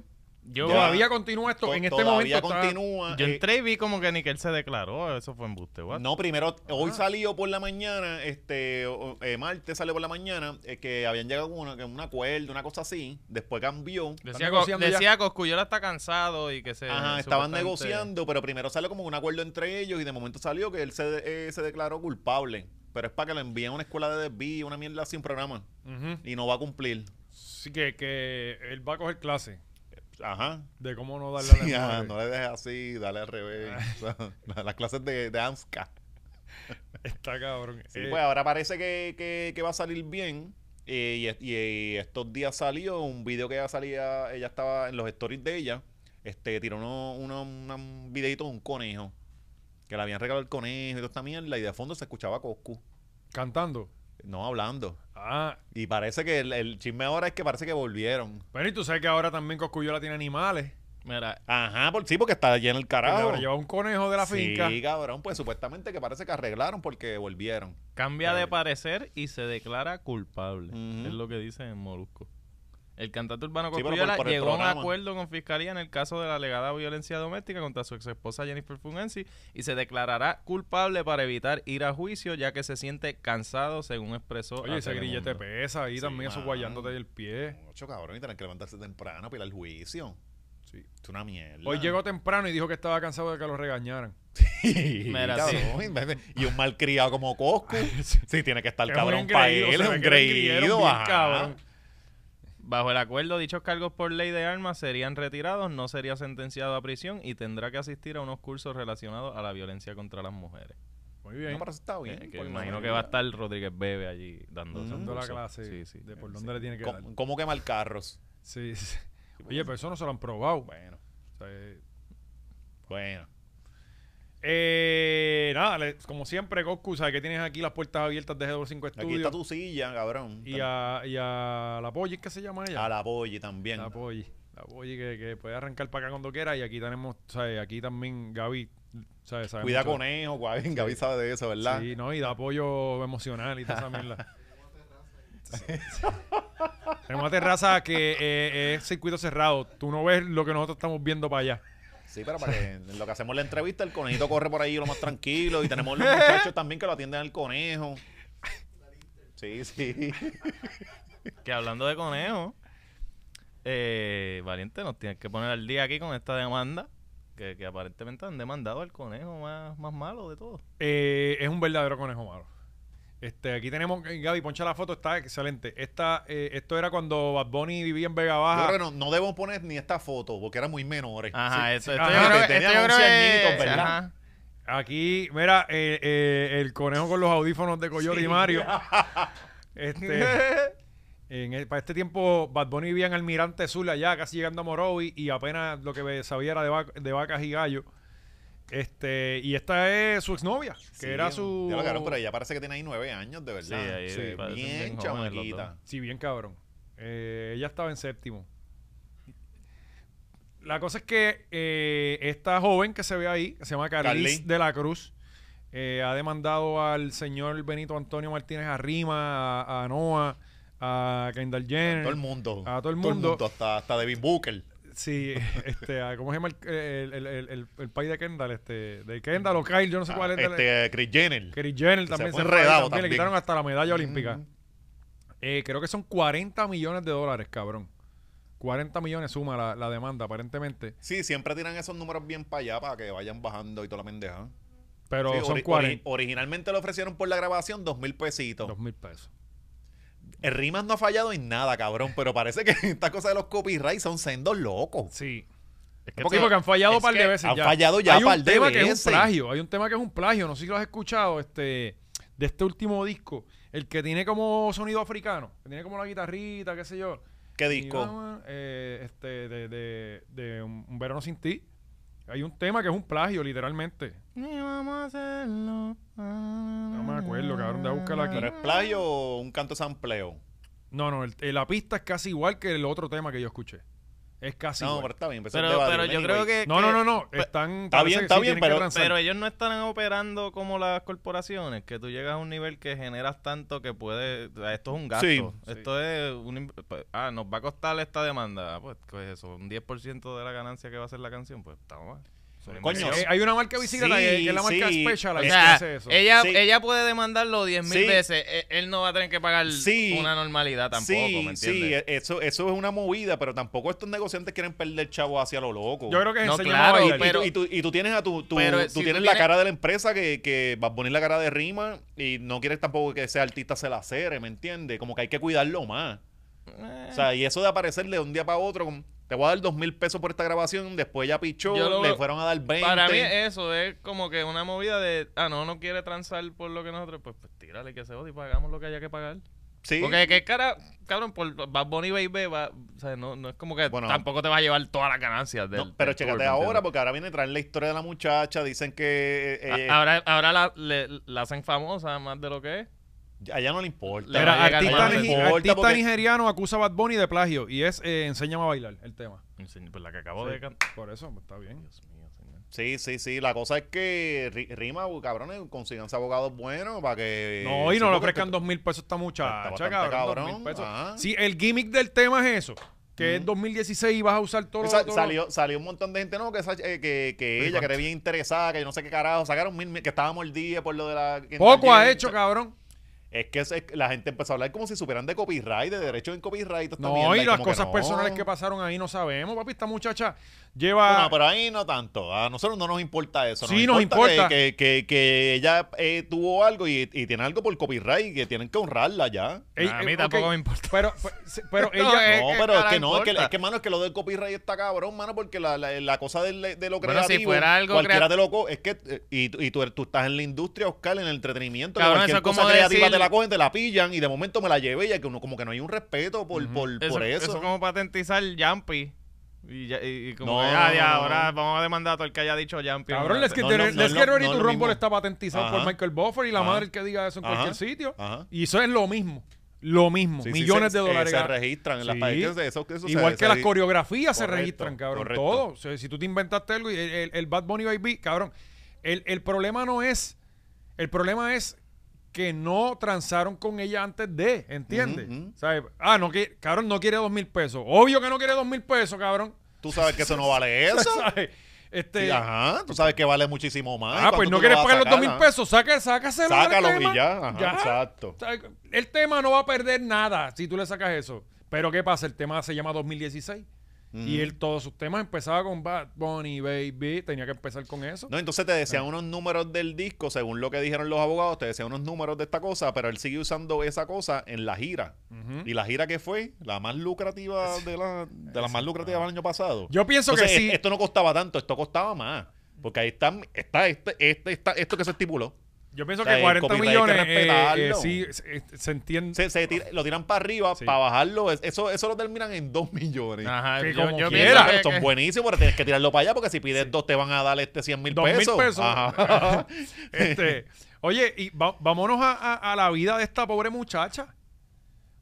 D: Yo,
B: Todavía continúa esto,
C: To-
B: en este
C: todavía
B: momento está-
C: continúa.
D: yo
C: eh,
D: entré y vi como que Nickel se declaró. Eso fue embuste. what?
C: no, primero,
B: Ah.
C: hoy salió por la mañana, este, o- eh, martes salió por la mañana, eh, que habían llegado con una- con un acuerdo, una cosa así, después cambió.
B: Este,
D: Decía, Co-
B: negociando ya.
D: decía Coscuyola está cansado y que se.
C: Ajá, estaban
D: supuestamente-
C: negociando, pero primero salió como un acuerdo entre ellos y de momento salió que él se, de- eh, se declaró culpable. Pero es para que lo envíen a una escuela de desvío, una mierda sin programa.
B: Ujú.
C: Y no va a cumplir.
B: Sí, que, que él va a coger clase
C: Ajá.
B: de cómo no darle a la
C: Sí, ajá,
B: madre.
C: no le dejes así, dale al revés. O sea, [laughs] Las clases de, de ANSCA.
B: Está cabrón.
C: Sí,
B: Eh,
C: pues ahora parece que, que- que va a salir bien. Eh, y, y- y estos días salió un video que ella salía, ella estaba en los stories de ella, este, tiró uno, uno- un videito de un conejo. Que le habían regalado el conejo y toda esta mierda. Y de fondo se escuchaba a Coscu.
B: Cantando.
C: No hablando.
B: Ah,
C: Y parece que el, el chisme ahora es que parece que volvieron.
B: pero y tú sabes que ahora también Coscuyola tiene animales.
D: Mira,
C: Ajá, por, sí, porque está lleno el
B: Porque
C: carajo.
B: Ahora lleva un conejo de la finca.
C: Sí, cabrón, pues supuestamente que parece que arreglaron porque volvieron.
D: cambia de parecer y se declara culpable.
C: Ujú.
D: Es lo que dice en Molusco. El cantante urbano
C: Sí, pero
D: Cosculluela
C: por- por el
D: llegó a un
C: programa.
D: acuerdo con Fiscalía en el caso de la alegada violencia doméstica contra su exesposa Jennifer Fungensi y se declarará culpable para evitar ir a juicio ya que se siente cansado, según expresó.
B: Oye,
D: a
B: ese grillete
D: Telemundo.
B: pesa ahí
C: Sí,
B: también, eso
C: mano.
B: guayándote el pie.
C: Mucho cabrón, y tener que levantarse temprano para ir al juicio.
B: Sí.
C: Es una mierda.
B: Hoy
C: [laughs]
B: llegó temprano y dijo que estaba cansado de que lo regañaran.
D: Mira,
C: Mira, Y un mal criado
B: [laughs]
C: como Coscu. Sí, tiene que estar
B: Es un
C: cabrón para
B: engreído,
C: él.
B: se
C: Es
B: ve
C: un
B: que era un grillero
C: creído.
B: bien cabrón.
D: Bajo el acuerdo, dichos cargos por ley de armas serían retirados, no sería sentenciado a prisión y tendrá que asistir a unos cursos relacionados a la violencia contra las mujeres.
B: Muy bien.
C: No, pero eso está bien.
D: Eh, que
C: por
D: me
C: lo menos.
D: imagino que va a estar Rodríguez Bebe allí
C: Mm,
D: dando ese
B: Dando la
D: curso.
B: clase
D: Sí, sí.
B: de por dónde le tiene que dar.
C: ¿Cómo, cómo quemar carros?
B: Sí, sí. Oye, pero eso no se lo han probado.
C: Bueno,
B: O sea, eh,
C: bueno.
B: eh, nada, le- como siempre, Goku, sabes que tienes aquí las puertas abiertas de G25
C: Aquí está
B: Studio.
C: tu silla, cabrón.
B: Y a, y a la Polly, ¿qué se llama ella?
C: A la Polly también.
B: La Polly. La Polly que, que puede arrancar para acá cuando quiera. Y aquí tenemos, ¿sabes? Aquí también Gaby, ¿sabes? Sabe
C: Cuida
B: mucho.
C: conejo, [laughs] Gaby. Gaby sabe de eso, ¿verdad?
B: Sí, no, y da apoyo emocional y toda esa
C: [laughs]
B: mierda. Tenemos una terraza que eh, es circuito cerrado. Tú no ves lo que nosotros estamos viendo para allá.
C: Sí, pero para que en lo que hacemos la entrevista, el conejito corre por ahí lo más tranquilo. Y tenemos los muchachos también que lo atienden al conejo. Sí, sí.
D: Que hablando de conejo, eh, Valiente nos tiene que poner al día aquí con esta demanda. Que, que aparentemente han demandado al conejo más, más malo de todos.
B: Eh, es un verdadero conejo malo. Este, aquí tenemos, eh, Gaby, poncha la foto, está excelente. Esta, eh, esto era cuando Bad Bunny vivía en Vega
C: Yo
B: Baja.
C: creo que no, no debemos poner ni esta foto porque eran muy menores.
D: Ajá,
C: Sí,
D: esto,
C: sí.
D: esto
B: Ajá,
D: yo creo,
C: que
D: esto
C: tenían
D: yo creo
C: 11
D: que-
C: añitos, ¿verdad?
D: ajá.
B: Aquí, mira, eh, eh, el conejo con los audífonos de Coyote y
C: [laughs]
B: Mario. Este, en el- para este tiempo, Bad Bunny vivía en Almirante Sur, allá, casi llegando a Morovi, y apenas lo que ve- sabía era de, va- de vacas y gallos. Este, y esta es su exnovia, que
C: Sí,
B: era su.
C: Ya lo cagaron, pero ella parece que tiene ahí nueve años, de
D: Sí,
C: verdad.
D: ahí
B: Sí,
D: parecen
C: bien
D: jóvenes los dos.
C: chamaquita.
B: Sí, bien cabrón. Eh, ella estaba en séptimo. La cosa es que eh, esta joven que se ve ahí, que se llama Carlis
C: Carlin.
B: de la Cruz, eh, ha demandado al señor Benito Antonio Martínez Arrima, a, a Noah, a Kendall Jenner.
C: Todo el mundo.
B: A todo el mundo.
C: hasta, hasta Devin Booker.
B: Sí, [laughs] este, a- ¿cómo se llama el, el, el, el- el- el país de Kendall? Este, de Kendall o Kyle, yo no sé cuál es. de la-
C: este, Chris Jenner.
B: Chris Jenner
C: Se
B: también
C: fue
B: fue ahí,
C: enredado
B: Le
C: también.
B: quitaron hasta la medalla olímpica.
C: Mm.
B: Eh, creo que son 40 millones de dólares, cabrón. 40 millones suma la, la demanda, aparentemente.
C: Sí, siempre tiran esos números bien para allá para que vayan bajando y toda la pendeja.
B: Pero
C: Sí,
B: son
C: ori-
B: 40.
C: ori- originalmente le ofrecieron por la grabación dos mil pesitos.
B: Dos mil pesos.
C: El Rimas no ha fallado en nada, cabrón, pero parece que [laughs] esta cosa de los copyrights son sendos locos.
B: Sí.
D: que
B: porque,
D: esto-
B: porque han fallado
C: es
B: un par de
C: que
B: veces.
C: han
B: ya.
C: fallado ya
B: Hay un
C: par de
B: tema que es
C: veces.
B: un plagio. Hay un tema que es un plagio. No sé si lo has escuchado este, de este último disco. El que tiene como sonido africano. Que tiene como la guitarrita, qué sé yo.
C: ¿Qué
B: Y
C: disco?
B: vamos, eh, este, de, de- de un, un verano sin ti. Hay un tema que es un plagio, literalmente.
D: Ni vamos a hacerlo. No
B: me acuerdo, cabrón, deja buscarlo aquí.
C: ¿Pero es plagio o un canto sampleo?
B: No, no, el- eh, la pista es casi igual que el otro tema que yo escuché. Es casi
C: no, pero
B: igual.
C: está bien. pues, empezó
D: Pero,
C: el debate,
D: pero yo
C: anyway.
D: creo que...
B: No,
D: que-
B: no, no, no.
D: pe-
B: Están,
C: está
B: parece
C: bien,
B: que
C: está
B: sí
C: bien,
B: tienen que
C: pero- eh,
B: transar.
D: Pero ellos no están operando como las corporaciones, que tú llegas a un nivel que generas tanto que puede... o sea, Esto es un gasto.
C: Sí.
D: Esto es un... im- pues, Ah, nos va a costar esta demanda. Ah, Pues, ¿qué es eso? Un 10% de la ganancia que va a ser la canción. Pues está mal. Eso es
C: Coño,
B: Eh,
D: inversión.
C: ellos-
B: hay una marca de bicicleta
C: Sí,
B: que, que es la marca
C: sí.
B: Special
C: O eh,
B: ahí,
D: O
B: que
D: sea,
B: hace eso.
D: ella,
C: Sí.
D: ella puede demandarlo 10.000
C: Sí.
D: veces. e- Él no va a tener que pagar
C: Sí.
D: una normalidad tampoco,
C: sí,
D: ¿me entiendes?
C: sí, e- eso, eso es una movida, pero tampoco estos negociantes quieren perder chavo hacia lo loco.
B: Yo creo que
D: No,
B: enseñamos
D: claro,
B: a
D: y
B: bailar.
C: y,
D: pero-
C: tú, y, tú, y tú tienes a tu, tu-
D: pero
C: tú
D: si tú
C: tienes la
D: tienes-
C: cara de la empresa que, que va a poner la cara de rima y no quieres tampoco que ese artista se la cere, ¿me entiendes? Como que hay que cuidarlo más. O sea, y eso de aparecer de un día para otro, como, te voy a dar dos mil pesos por esta grabación, después ya pichó,
D: Yo lo
C: le
D: veo-
C: fueron a dar 20.
D: Para mí eso es como que una movida de, ah, no, no quiere transar por lo que nosotros, pues, pues tírale que se odia y pagamos lo que haya que pagar.
C: sí,
D: Porque que cara, cabrón, por Bad Bunny Baby va, o sea, no, no es como que
C: Bueno.
D: tampoco te va a llevar todas las ganancias del
C: No, pero
D: del tour,
C: chécate
D: ¿me
C: ahora,
D: entiendes?
C: porque ahora viene traer la historia de la muchacha. Dicen que. eh, eh,
D: A- ahora ahora la, le- la hacen famosa más de lo que es.
C: a ella no le importa.
D: Le
B: Era
D: va a llegar
B: artista,
D: tarde.
B: ni-
C: No importa
B: artista
C: porque-
B: nigeriano acusa a Bad Bunny de plagio y es eh, Enséñame a bailar el tema.
D: Sí, Pues la que acabo de
B: Sí,
D: cantar.
B: Por eso, pues, está bien.
D: Dios mío, señor.
C: Sí, sí, sí. La cosa es que ri- Rima, cabrones, consiganse abogados buenos para que.
B: No, y
C: Eh, sí,
B: no le
C: porque
B: ofrezcan dos mil pesos a esta muchacha,
C: bastante
B: cabrón.
C: cabrón, Ah.
B: dos mil pesos.
C: ajá.
B: Sí, el gimmick del tema es eso. Que es 2016 y vas a usar todo
C: Sa-
B: todo-
C: salió, salió un montón de gente, no, que, esa- eh, que, que ella, que era bien interesada, que yo no sé qué carajo, sacaron mil, mil- que estaba mordida por lo de la... que-
B: Poco ha
C: que-
B: hecho, cabrón.
C: Es que es- es- la gente empezó a hablar como si supieran de copyright, de derechos en copyright. toda esta
B: No,
C: mierda,
B: y las
C: como que
B: cosas
C: no.
B: personales que pasaron ahí no sabemos, papi. Esta muchacha
C: No,
B: lleva.
C: no, pero ahí no tanto. A nosotros no nos importa eso.
B: Sí, nos importa.
C: Que, que- que- que ella eh, tuvo algo y, y tiene algo por copyright y que tienen que honrarla ya.
B: Ey,
D: A
B: eh,
D: mí
B: ok,
D: tampoco me importa.
B: Pero, pues, pero
D: No,
B: ella.
C: [laughs]
D: eh,
C: No,
D: ¿qué
C: pero es
D: cara
C: que no, es que,
D: importa?
C: es que, mano, es que lo del copyright está cabrón, mano, porque la, la, la cosa del- de lo
D: Bueno, si
C: creativo,
D: fuera algo
C: cualquiera
D: crea-
C: de loco, es que, eh, y, tú- y tú, tú estás en la industria, Oscar, en el entretenimiento, que
D: Cabrón,
C: cualquier
D: eso es
C: cosa
D: como
C: creativa
D: decir-
C: te la cogen, te la pillan, y de momento me la llevé, y es que uno, como que no hay un respeto por, por, por eso.
D: es como patentizar Jumpy. Y, ya- y- y como
C: No,
D: que, ah, ya,
C: no, no,
D: ahora vamos a demandar a todo el que haya dicho Jumpy.
B: Cabrón, les que
C: No,
B: tener-
C: no, no
B: les
C: es
B: que
C: lo-
B: Ready
C: no
B: to
C: es lo
B: Rumble
C: mismo.
B: está patentizado por
C: Ajá.
B: Michael Buffer y la
C: Ajá.
B: madre que diga eso en cualquier
C: Ajá.
B: sitio.
C: Ajá.
B: Y eso es lo mismo. Lo mismo.
C: Sí, sí,
B: Millones
C: se-
B: de
C: eh,
B: dólares.
C: Se
B: ganan.
C: registran. las-
B: Sí.
C: es que eso- eso se-
B: Igual que
C: se-
B: las coreografías se
C: Correcto,
B: registran, cabrón.
C: correcto.
B: Todo. O sea, si tú te inventaste algo, y el, el- el Bad Bunny Baby, cabrón. El, el problema no es. El problema es que no transaron con ella antes de, ¿entiendes?
C: Ujú, ujú.
B: ¿Sabes? Ah, no que, cabrón, no quiere dos mil pesos. Obvio que no quiere dos mil pesos, cabrón. [laughs]
C: Tú sabes que eso no vale eso.
B: ¿Sabes? Este,
C: Sí, ajá, tú sabes que vale muchísimo
B: Ah,
C: más. ¿Cuánto
B: pues
C: tú
B: no
C: le
B: quieres
C: vas a
B: pagar los
C: sacar,
B: dos mil
C: ah?
B: pesos, saca, sácaselo del
C: Sácalo
B: tema.
C: y ya, ajá, exacto.
B: O sea, El tema no va a perder nada si tú le sacas eso. Pero ¿qué pasa? El tema se llama 2016. Y él todos sus temas empezaba con Bad Bunny, Baby, tenía que empezar con eso.
C: No, entonces te decían unos números del disco, según lo que dijeron los abogados, te decían unos números de esta cosa, pero él sigue usando esa cosa en la gira. Y la gira que fue, la más lucrativa de, la, de las más lucrativas del año pasado.
B: ah. Yo pienso que
C: Entonces,
B: sí.
C: es- Esto no costaba tanto, esto costaba más. Porque ahí está, está, este, este, está esto que se estipuló.
B: Yo pienso
C: O sea,
B: que
C: el
B: 40
C: copyright hay que
B: millones eh, eh,
C: respetarlo.
B: sí, se, eh, se entiende.
C: Se, se tira- lo tiran para arriba,
B: Sí.
C: para bajarlo. Es- Eso, eso lo terminan en 2 millones.
D: Ajá,
B: Que
D: yo,
B: como
D: yo
B: quiera,
D: pienso
C: Pero
D: que-
C: son
D: que-
C: buenísimos, pero tienes que tirarlo para allá porque si pides dos te van a dar este 100 mil
B: Dos mil
C: pesos.
B: pesos. [laughs]
C: Ajá.
D: [laughs]
B: Este, oye, y va- vámonos a, a- a la vida de esta pobre muchacha.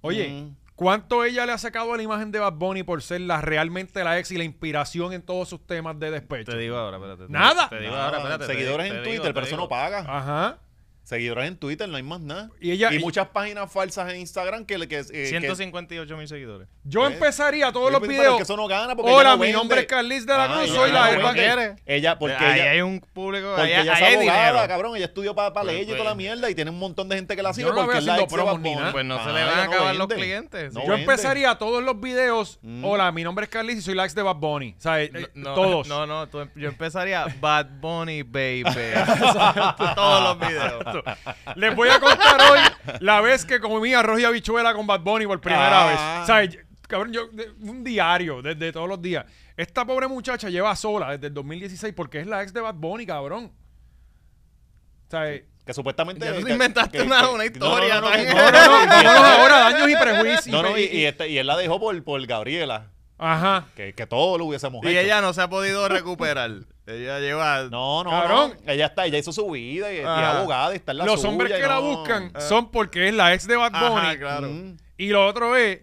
B: Oye,
C: Mm.
B: ¿cuánto ella le ha sacado a la imagen de Bad Bunny por ser la realmente la ex y la inspiración en todos sus temas de despecho?
D: Te digo ahora, espérate. te-
B: Nada.
D: Te digo
C: Nada,
D: ahora, espérate. te
C: seguidores
D: digo,
C: en
D: te digo,
C: Twitter, pero
D: te
C: eso
D: digo.
C: no paga.
B: Ajá.
C: Seguidores en Twitter, no hay más nada.
B: Y ella- y-
C: muchas páginas falsas en Instagram que... le- que eh, que-
D: 158 mil seguidores.
B: Yo
C: Pues,
B: empezaría todos
C: Oye,
B: los
C: pero
B: videos.
C: que eso no gana porque
B: Hola,
C: ella no
B: mi
C: vende.
B: nombre es Carlis de la
C: Ah,
B: Cruz,
C: ella
B: soy
C: no
B: la
C: vende.
B: Eva
D: vende.
C: Ella, porque
D: ahí
C: ella...
D: hay un público,
C: Porque
D: ahí,
C: ella es
D: ahí hay
C: abogada,
D: dinero.
C: cabrón. Ella estudió para
D: Pues,
C: ley y
D: pues.
C: toda la mierda y tiene un montón de gente que la sigue
B: Yo no la
C: porque
B: veo
C: es la
B: haciendo
C: ex de Bad
B: promos ni
C: Bunny.
B: nada.
D: Pues no se
C: Ah,
D: le van
C: ella
D: a
C: no
D: acabar
C: vende.
D: los clientes.
C: No
B: Yo
C: vende.
B: empezaría todos los videos.
C: Mm.
B: Hola, mi nombre es Carlis y soy la ex de Bad Bunny. O sea, eh, eh,
D: No,
B: todos.
D: No, no, tú- em,
C: [laughs]
D: yo empezaría Bad Bunny Baby. Todos los videos.
B: Les voy a contar hoy la vez que comí arroz y habichuela con Bad Bunny por primera
C: Ah.
B: vez. O sea, yo- cabrón, yo, de- un diario desde todos los días. Esta pobre muchacha lleva sola desde el 2016 porque es la ex de Bad Bunny, cabrón. O sea, eh,
C: Que supuestamente...
D: Ya tú te
C: que-
D: inventaste
C: que-
D: una-
C: que-
D: una
C: no,
D: historia,
C: no, no,
D: ¿no?
C: que-
B: no, no,
C: [laughs]
B: no, vámonos ahora, daños y prejuicios.
C: No, no, y, y este- y él la dejó por, por Gabriela.
B: Ajá.
C: Que, que todo lo hubiésemos
D: Y
C: hecho.
D: ella no se ha podido recuperar. Ella lleva.
C: No, no,
B: Cabrón.
C: no. Ella está, ella hizo su vida y, y es
D: Ajá.
C: abogada y está en la
B: Los
C: suya
B: hombres
C: y
B: que la
C: no. Ah.
B: buscan son porque es la ex de Bad Bunny.
D: Ajá, claro.
C: Mm.
B: Y lo otro es,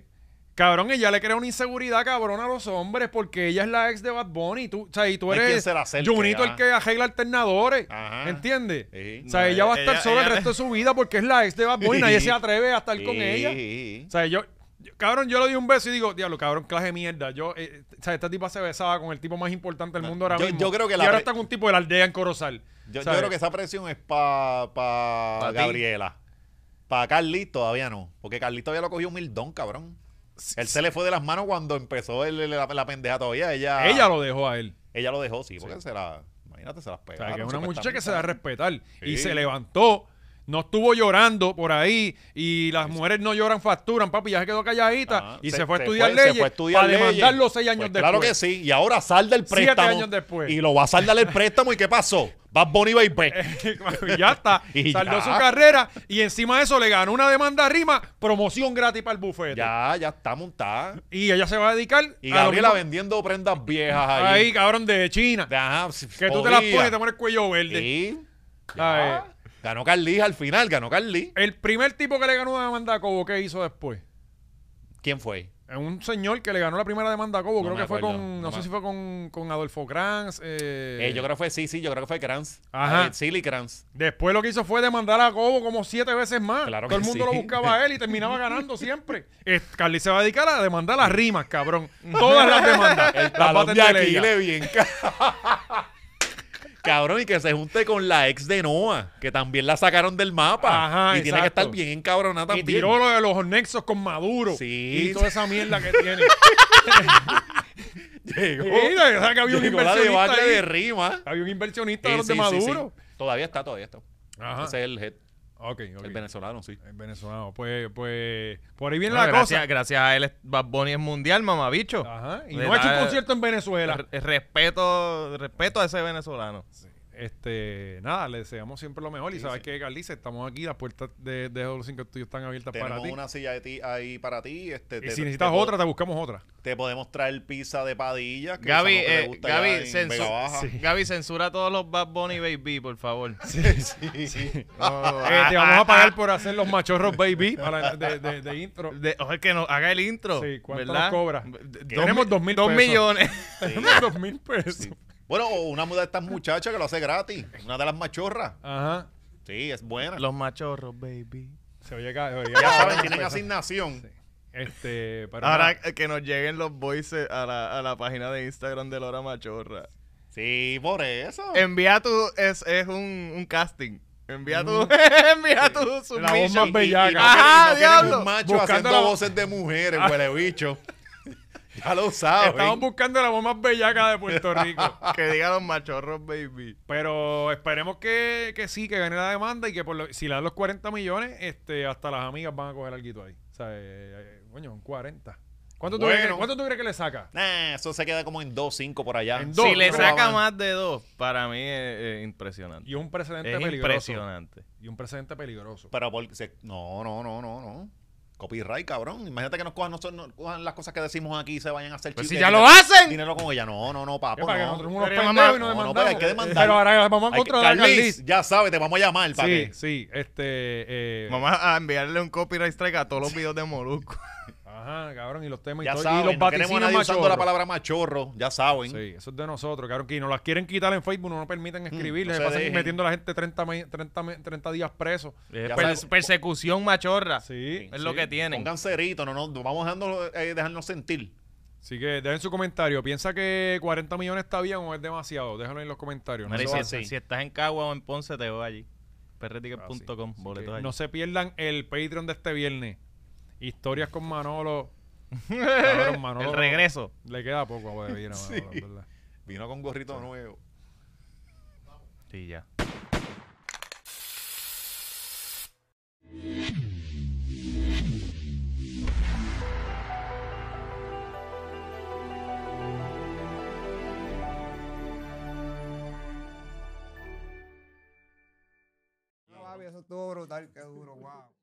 B: cabrón, ella le crea una inseguridad cabrón a los hombres porque ella es la ex de Bad Bunny. Tú, o sea, y tú
C: No hay quien
B: eres
C: se la acerque,
B: Junito el
C: ah.
B: que arregla alternadores.
C: Ajá. Eh,
B: ¿Entiendes?
C: Sí.
B: O sea,
D: No,
B: ella va a estar
D: ella-
B: sola
D: ella-
B: el resto de su vida porque es la ex de Bad Bunny. Nadie se atreve a estar con
C: Sí,
B: ella.
C: sí.
B: O sea, yo, yo- cabrón, yo le di un beso y digo, diablo, cabrón, clase de mierda. Yo, eh, o sea, esta tipa se besaba con el tipo más importante del mundo ahora
C: yo-
B: mismo.
C: yo creo que
B: y
C: la
B: ahora
C: pre-
B: está con un tipo de la aldea en Corozal.
C: Yo, yo
B: ¿Sabes?
C: creo que esa presión es para pa
D: Pa' ti.
C: Gabriela. Para Carly todavía no. Porque Carly todavía lo cogió humildón, cabrón. Él se le fue de las manos cuando empezó el- el- la, la pendeja todavía. Ella,
B: Ella lo dejó a él.
C: ella lo dejó, sí, porque se la. Imagínate, se las
B: O
C: pegó.
B: sea, que es una muchacha que se da a respetar. Y
C: Sí.
B: se levantó. No estuvo llorando por ahí. Y las mujeres no lloran, facturan, papi. Ya se quedó calladita.
C: Ajá.
B: y se,
C: Ah, Se-
B: fue a
C: se
B: estudiar
C: fue- se
B: leyes.
C: fue a estudiar
B: para
C: leyes.
B: demandarlo seis años
C: Pues
B: después.
C: Claro que sí. Y ahora salda el
B: Siete
C: préstamo.
B: años después. [laughs]
C: Y lo va a saldar el préstamo. ¿Y qué pasó? Bad Bunny Baby.
B: Y [laughs] ya está.
C: [laughs] Y
B: Saldó
C: ya.
B: su carrera y encima de eso le ganó una demanda a rima, promoción gratis para el bufete.
C: Ya, ya está montada.
B: Y ella se va a dedicar
C: Y
B: a lo
C: Gabriela
B: mismo-
C: vendiendo prendas viejas ahí.
B: ahí, cabrón, de China.
C: De- ajá, si-
B: que tú te las
C: podría.
B: pones y te pones cuello verde.
C: Sí.
B: Ya, eh.
C: Ganó Carly al final, ganó Carly.
B: El primer tipo que le ganó una demanda a Cobo, ¿qué hizo después?
C: ¿Quién fue?
B: Eh, Un señor que le ganó la primera demanda a Cobo,
C: No
B: creo
C: me
B: que fue
C: acuerdo,
B: con,
C: no
B: no, sé
C: me-
B: si fue con, con Adolfo Kranz. eh,
C: Eh, yo creo que fue, sí, sí, yo creo que fue Kranz.
B: Ajá.
C: Eh, Silly Kranz.
B: Después lo que hizo fue demandar a Cobo como siete veces más.
C: Claro
B: Todo
C: que
B: el mundo
C: sí.
B: lo buscaba a él y terminaba ganando
C: [laughs]
B: siempre. Eh, Carly se va a dedicar a demandar las rimas, cabrón. Todas las demandas.
C: [laughs] El
B: las va a
C: talón de
B: atender ella.
C: Aquiles bien. ca- [laughs] Cabrón, y que se junte con la ex de Noah, que también la sacaron del mapa.
B: Ajá,
C: y tiene que
B: exacto.
C: estar bien encabronada
B: Y
C: también.
B: tiró
C: [laughs]
B: lo de los nexos con Maduro.
C: Sí.
B: Y toda esa mierda que tiene.
C: [laughs] Llegó,
B: Sí, o sea, que había un
C: llegó la
B: inversionista.
C: debacle
B: ahí.
C: de rima.
B: Había un inversionista de
C: Sí,
B: los
C: sí,
B: de
C: sí, sí.
B: Maduro.
C: Todavía está, todavía está.
B: Ajá.
C: Ese es el head,
B: Ok, ok.
C: el venezolano, sí.
B: El venezolano. Pues, pues, por ahí viene
D: No,
B: la
D: gracias,
B: cosa.
D: gracias a él, Bad Bunny es mundial, mamabicho.
B: Ajá. Y
D: Le
B: no ha hecho un
D: da-
B: concierto en Venezuela.
D: R- Respeto, respeto a ese [laughs] venezolano.
B: Este, nada, le deseamos siempre lo mejor. y sabes que, Carlice, estamos aquí. Las puertas de, de los cinco estudios están abiertas para
C: Tenemos
B: ti.
C: una silla de ti ahí para ti. Este,
B: Y si necesitas
C: po-
B: otra, te buscamos otra.
C: Te podemos traer pizza de padillas. Que
D: Gaby,
C: esa no te
D: eh,
C: gusta
D: Gaby,
C: allá en
D: censu-
C: Vega Baja. [laughs]
B: sí.
D: Gaby, censura a todos los Bad Bunny Baby, por favor.
C: Sí, sí. Ah,
D: No,
B: Eh, te vamos a pagar por hacer los machorros, baby, para- de, de- de intro.
D: de- ojo, el que nos haga el intro.
B: Sí, ¿cuánto
D: ¿verdad?
B: nos cobra?
D: De-
B: Tenemos dos mil
D: Dos
B: pesos.
D: millones.
B: [laughs] Tenemos dos mil pesos.
C: Bueno, o una muda de estas muchachas que lo hace gratis. Una de las machorras.
B: Ajá.
C: Sí, es buena.
D: Los machorros, baby.
B: Se oye acá. oye,
C: ya
B: acá.
C: saben, tienen asignación.
B: Este, pero
D: Ahora
B: nada.
D: eh, que nos lleguen los voices a la, a la página de Instagram de Laura Machorra.
C: Sí, por eso.
D: Envía tu. Es, es un, un casting. Envía tu.
C: Mm.
D: [laughs] envía
B: La
D: tu
B: voz más
D: submission.
B: bellaca. ¡Ah,
C: Y no quieres-
D: Ajá,
C: no quieres
D: diablo.
C: un macho
B: Buscando
C: haciendo
B: la- Ah.
C: voces de mujeres, huele bicho. [laughs] ya lo saben.
B: Estamos buscando la voz más bellaca de Puerto Rico.
D: Que diga los machorros, baby.
B: Pero esperemos que, que sí, que gane la demanda y que por lo- si le dan los 40 millones, este, hasta las amigas van a coger algo ahí. O sea, eh, eh, coño, un 40. ¿Cuánto, tú
C: Bueno.
B: crees, que- ¿Cuánto tú crees que le saca?
C: Nah, eso se queda como en 2, 5 por allá.
B: En dos,
D: si le
B: no
D: saca más de dos, para mí es, es impresionante.
B: Y un precedente
D: Es
B: peligroso.
D: impresionante.
B: Y un precedente peligroso.
C: Pero por- se- no, no, no, no, no. Copyright, cabrón. Imagínate que nos cojan, nosotros- nos cojan las cosas que decimos aquí y se vayan a hacer
D: Pues
C: chistes.
D: si ya lo hacen.
C: Dinero con ella. No, no, no,
B: ¿Qué,
C: papo.
B: para que
C: no.
B: nosotros unos
D: Pero
B: pendejos
D: mamá-
B: y nos
C: no, no,
B: demandamos.
C: pero hay que demandar.
B: Pero ahora vamos a
C: Hay que-
B: contratar a
C: Carlis,
B: Carlis.
C: ya sabes, te vamos a llamar para
B: Sí,
C: que.
B: sí, este... eh,
D: Vamos a enviarle un copyright strike a todos los videos de [laughs] Molusco.
B: Ajá, cabrón, y los temas
C: Ya
B: y todo. y
C: saben,
B: los
C: no queremos a
B: vaticinios
C: nadie usando la
B: machorros.
C: palabra machorro, ya saben.
B: Sí, eso es de nosotros, cabrón. Que nos las quieren quitar en Facebook, no nos permiten escribir.
C: Mm, no
B: le
C: se
B: pasan
C: dejen.
B: metiendo a la gente 30, me- 30, me- 30 días preso.
C: Ya
D: Per-
C: saben.
D: persecución machorra.
B: Sí.
D: Es lo que tienen.
C: Pongan cerito, no, no, vamos dejando, eh, dejarnos sentir.
B: Así que dejen su comentario. ¿Piensa que 40 millones está bien o es demasiado? Déjalo en los comentarios. No,
D: Mira, y
C: Eso
B: se,
C: va
D: si,
C: así.
D: si estás en Cagua o en Ponce, te veo allí. Perreticket.com,
B: Así que
D: boletos allí.
B: Ah, no se pierdan el Patreon de este viernes. Historias con
D: [laughs]
B: Manolo. Cabrón, Manolo.
D: El regreso.
B: Le queda poco a Guadavira,
D: [laughs]
B: Manolo, en verdad.
C: Vino con gorrito nuevo.
D: Sí, ya.
G: Guau, eso estuvo brutal, qué duro, wow.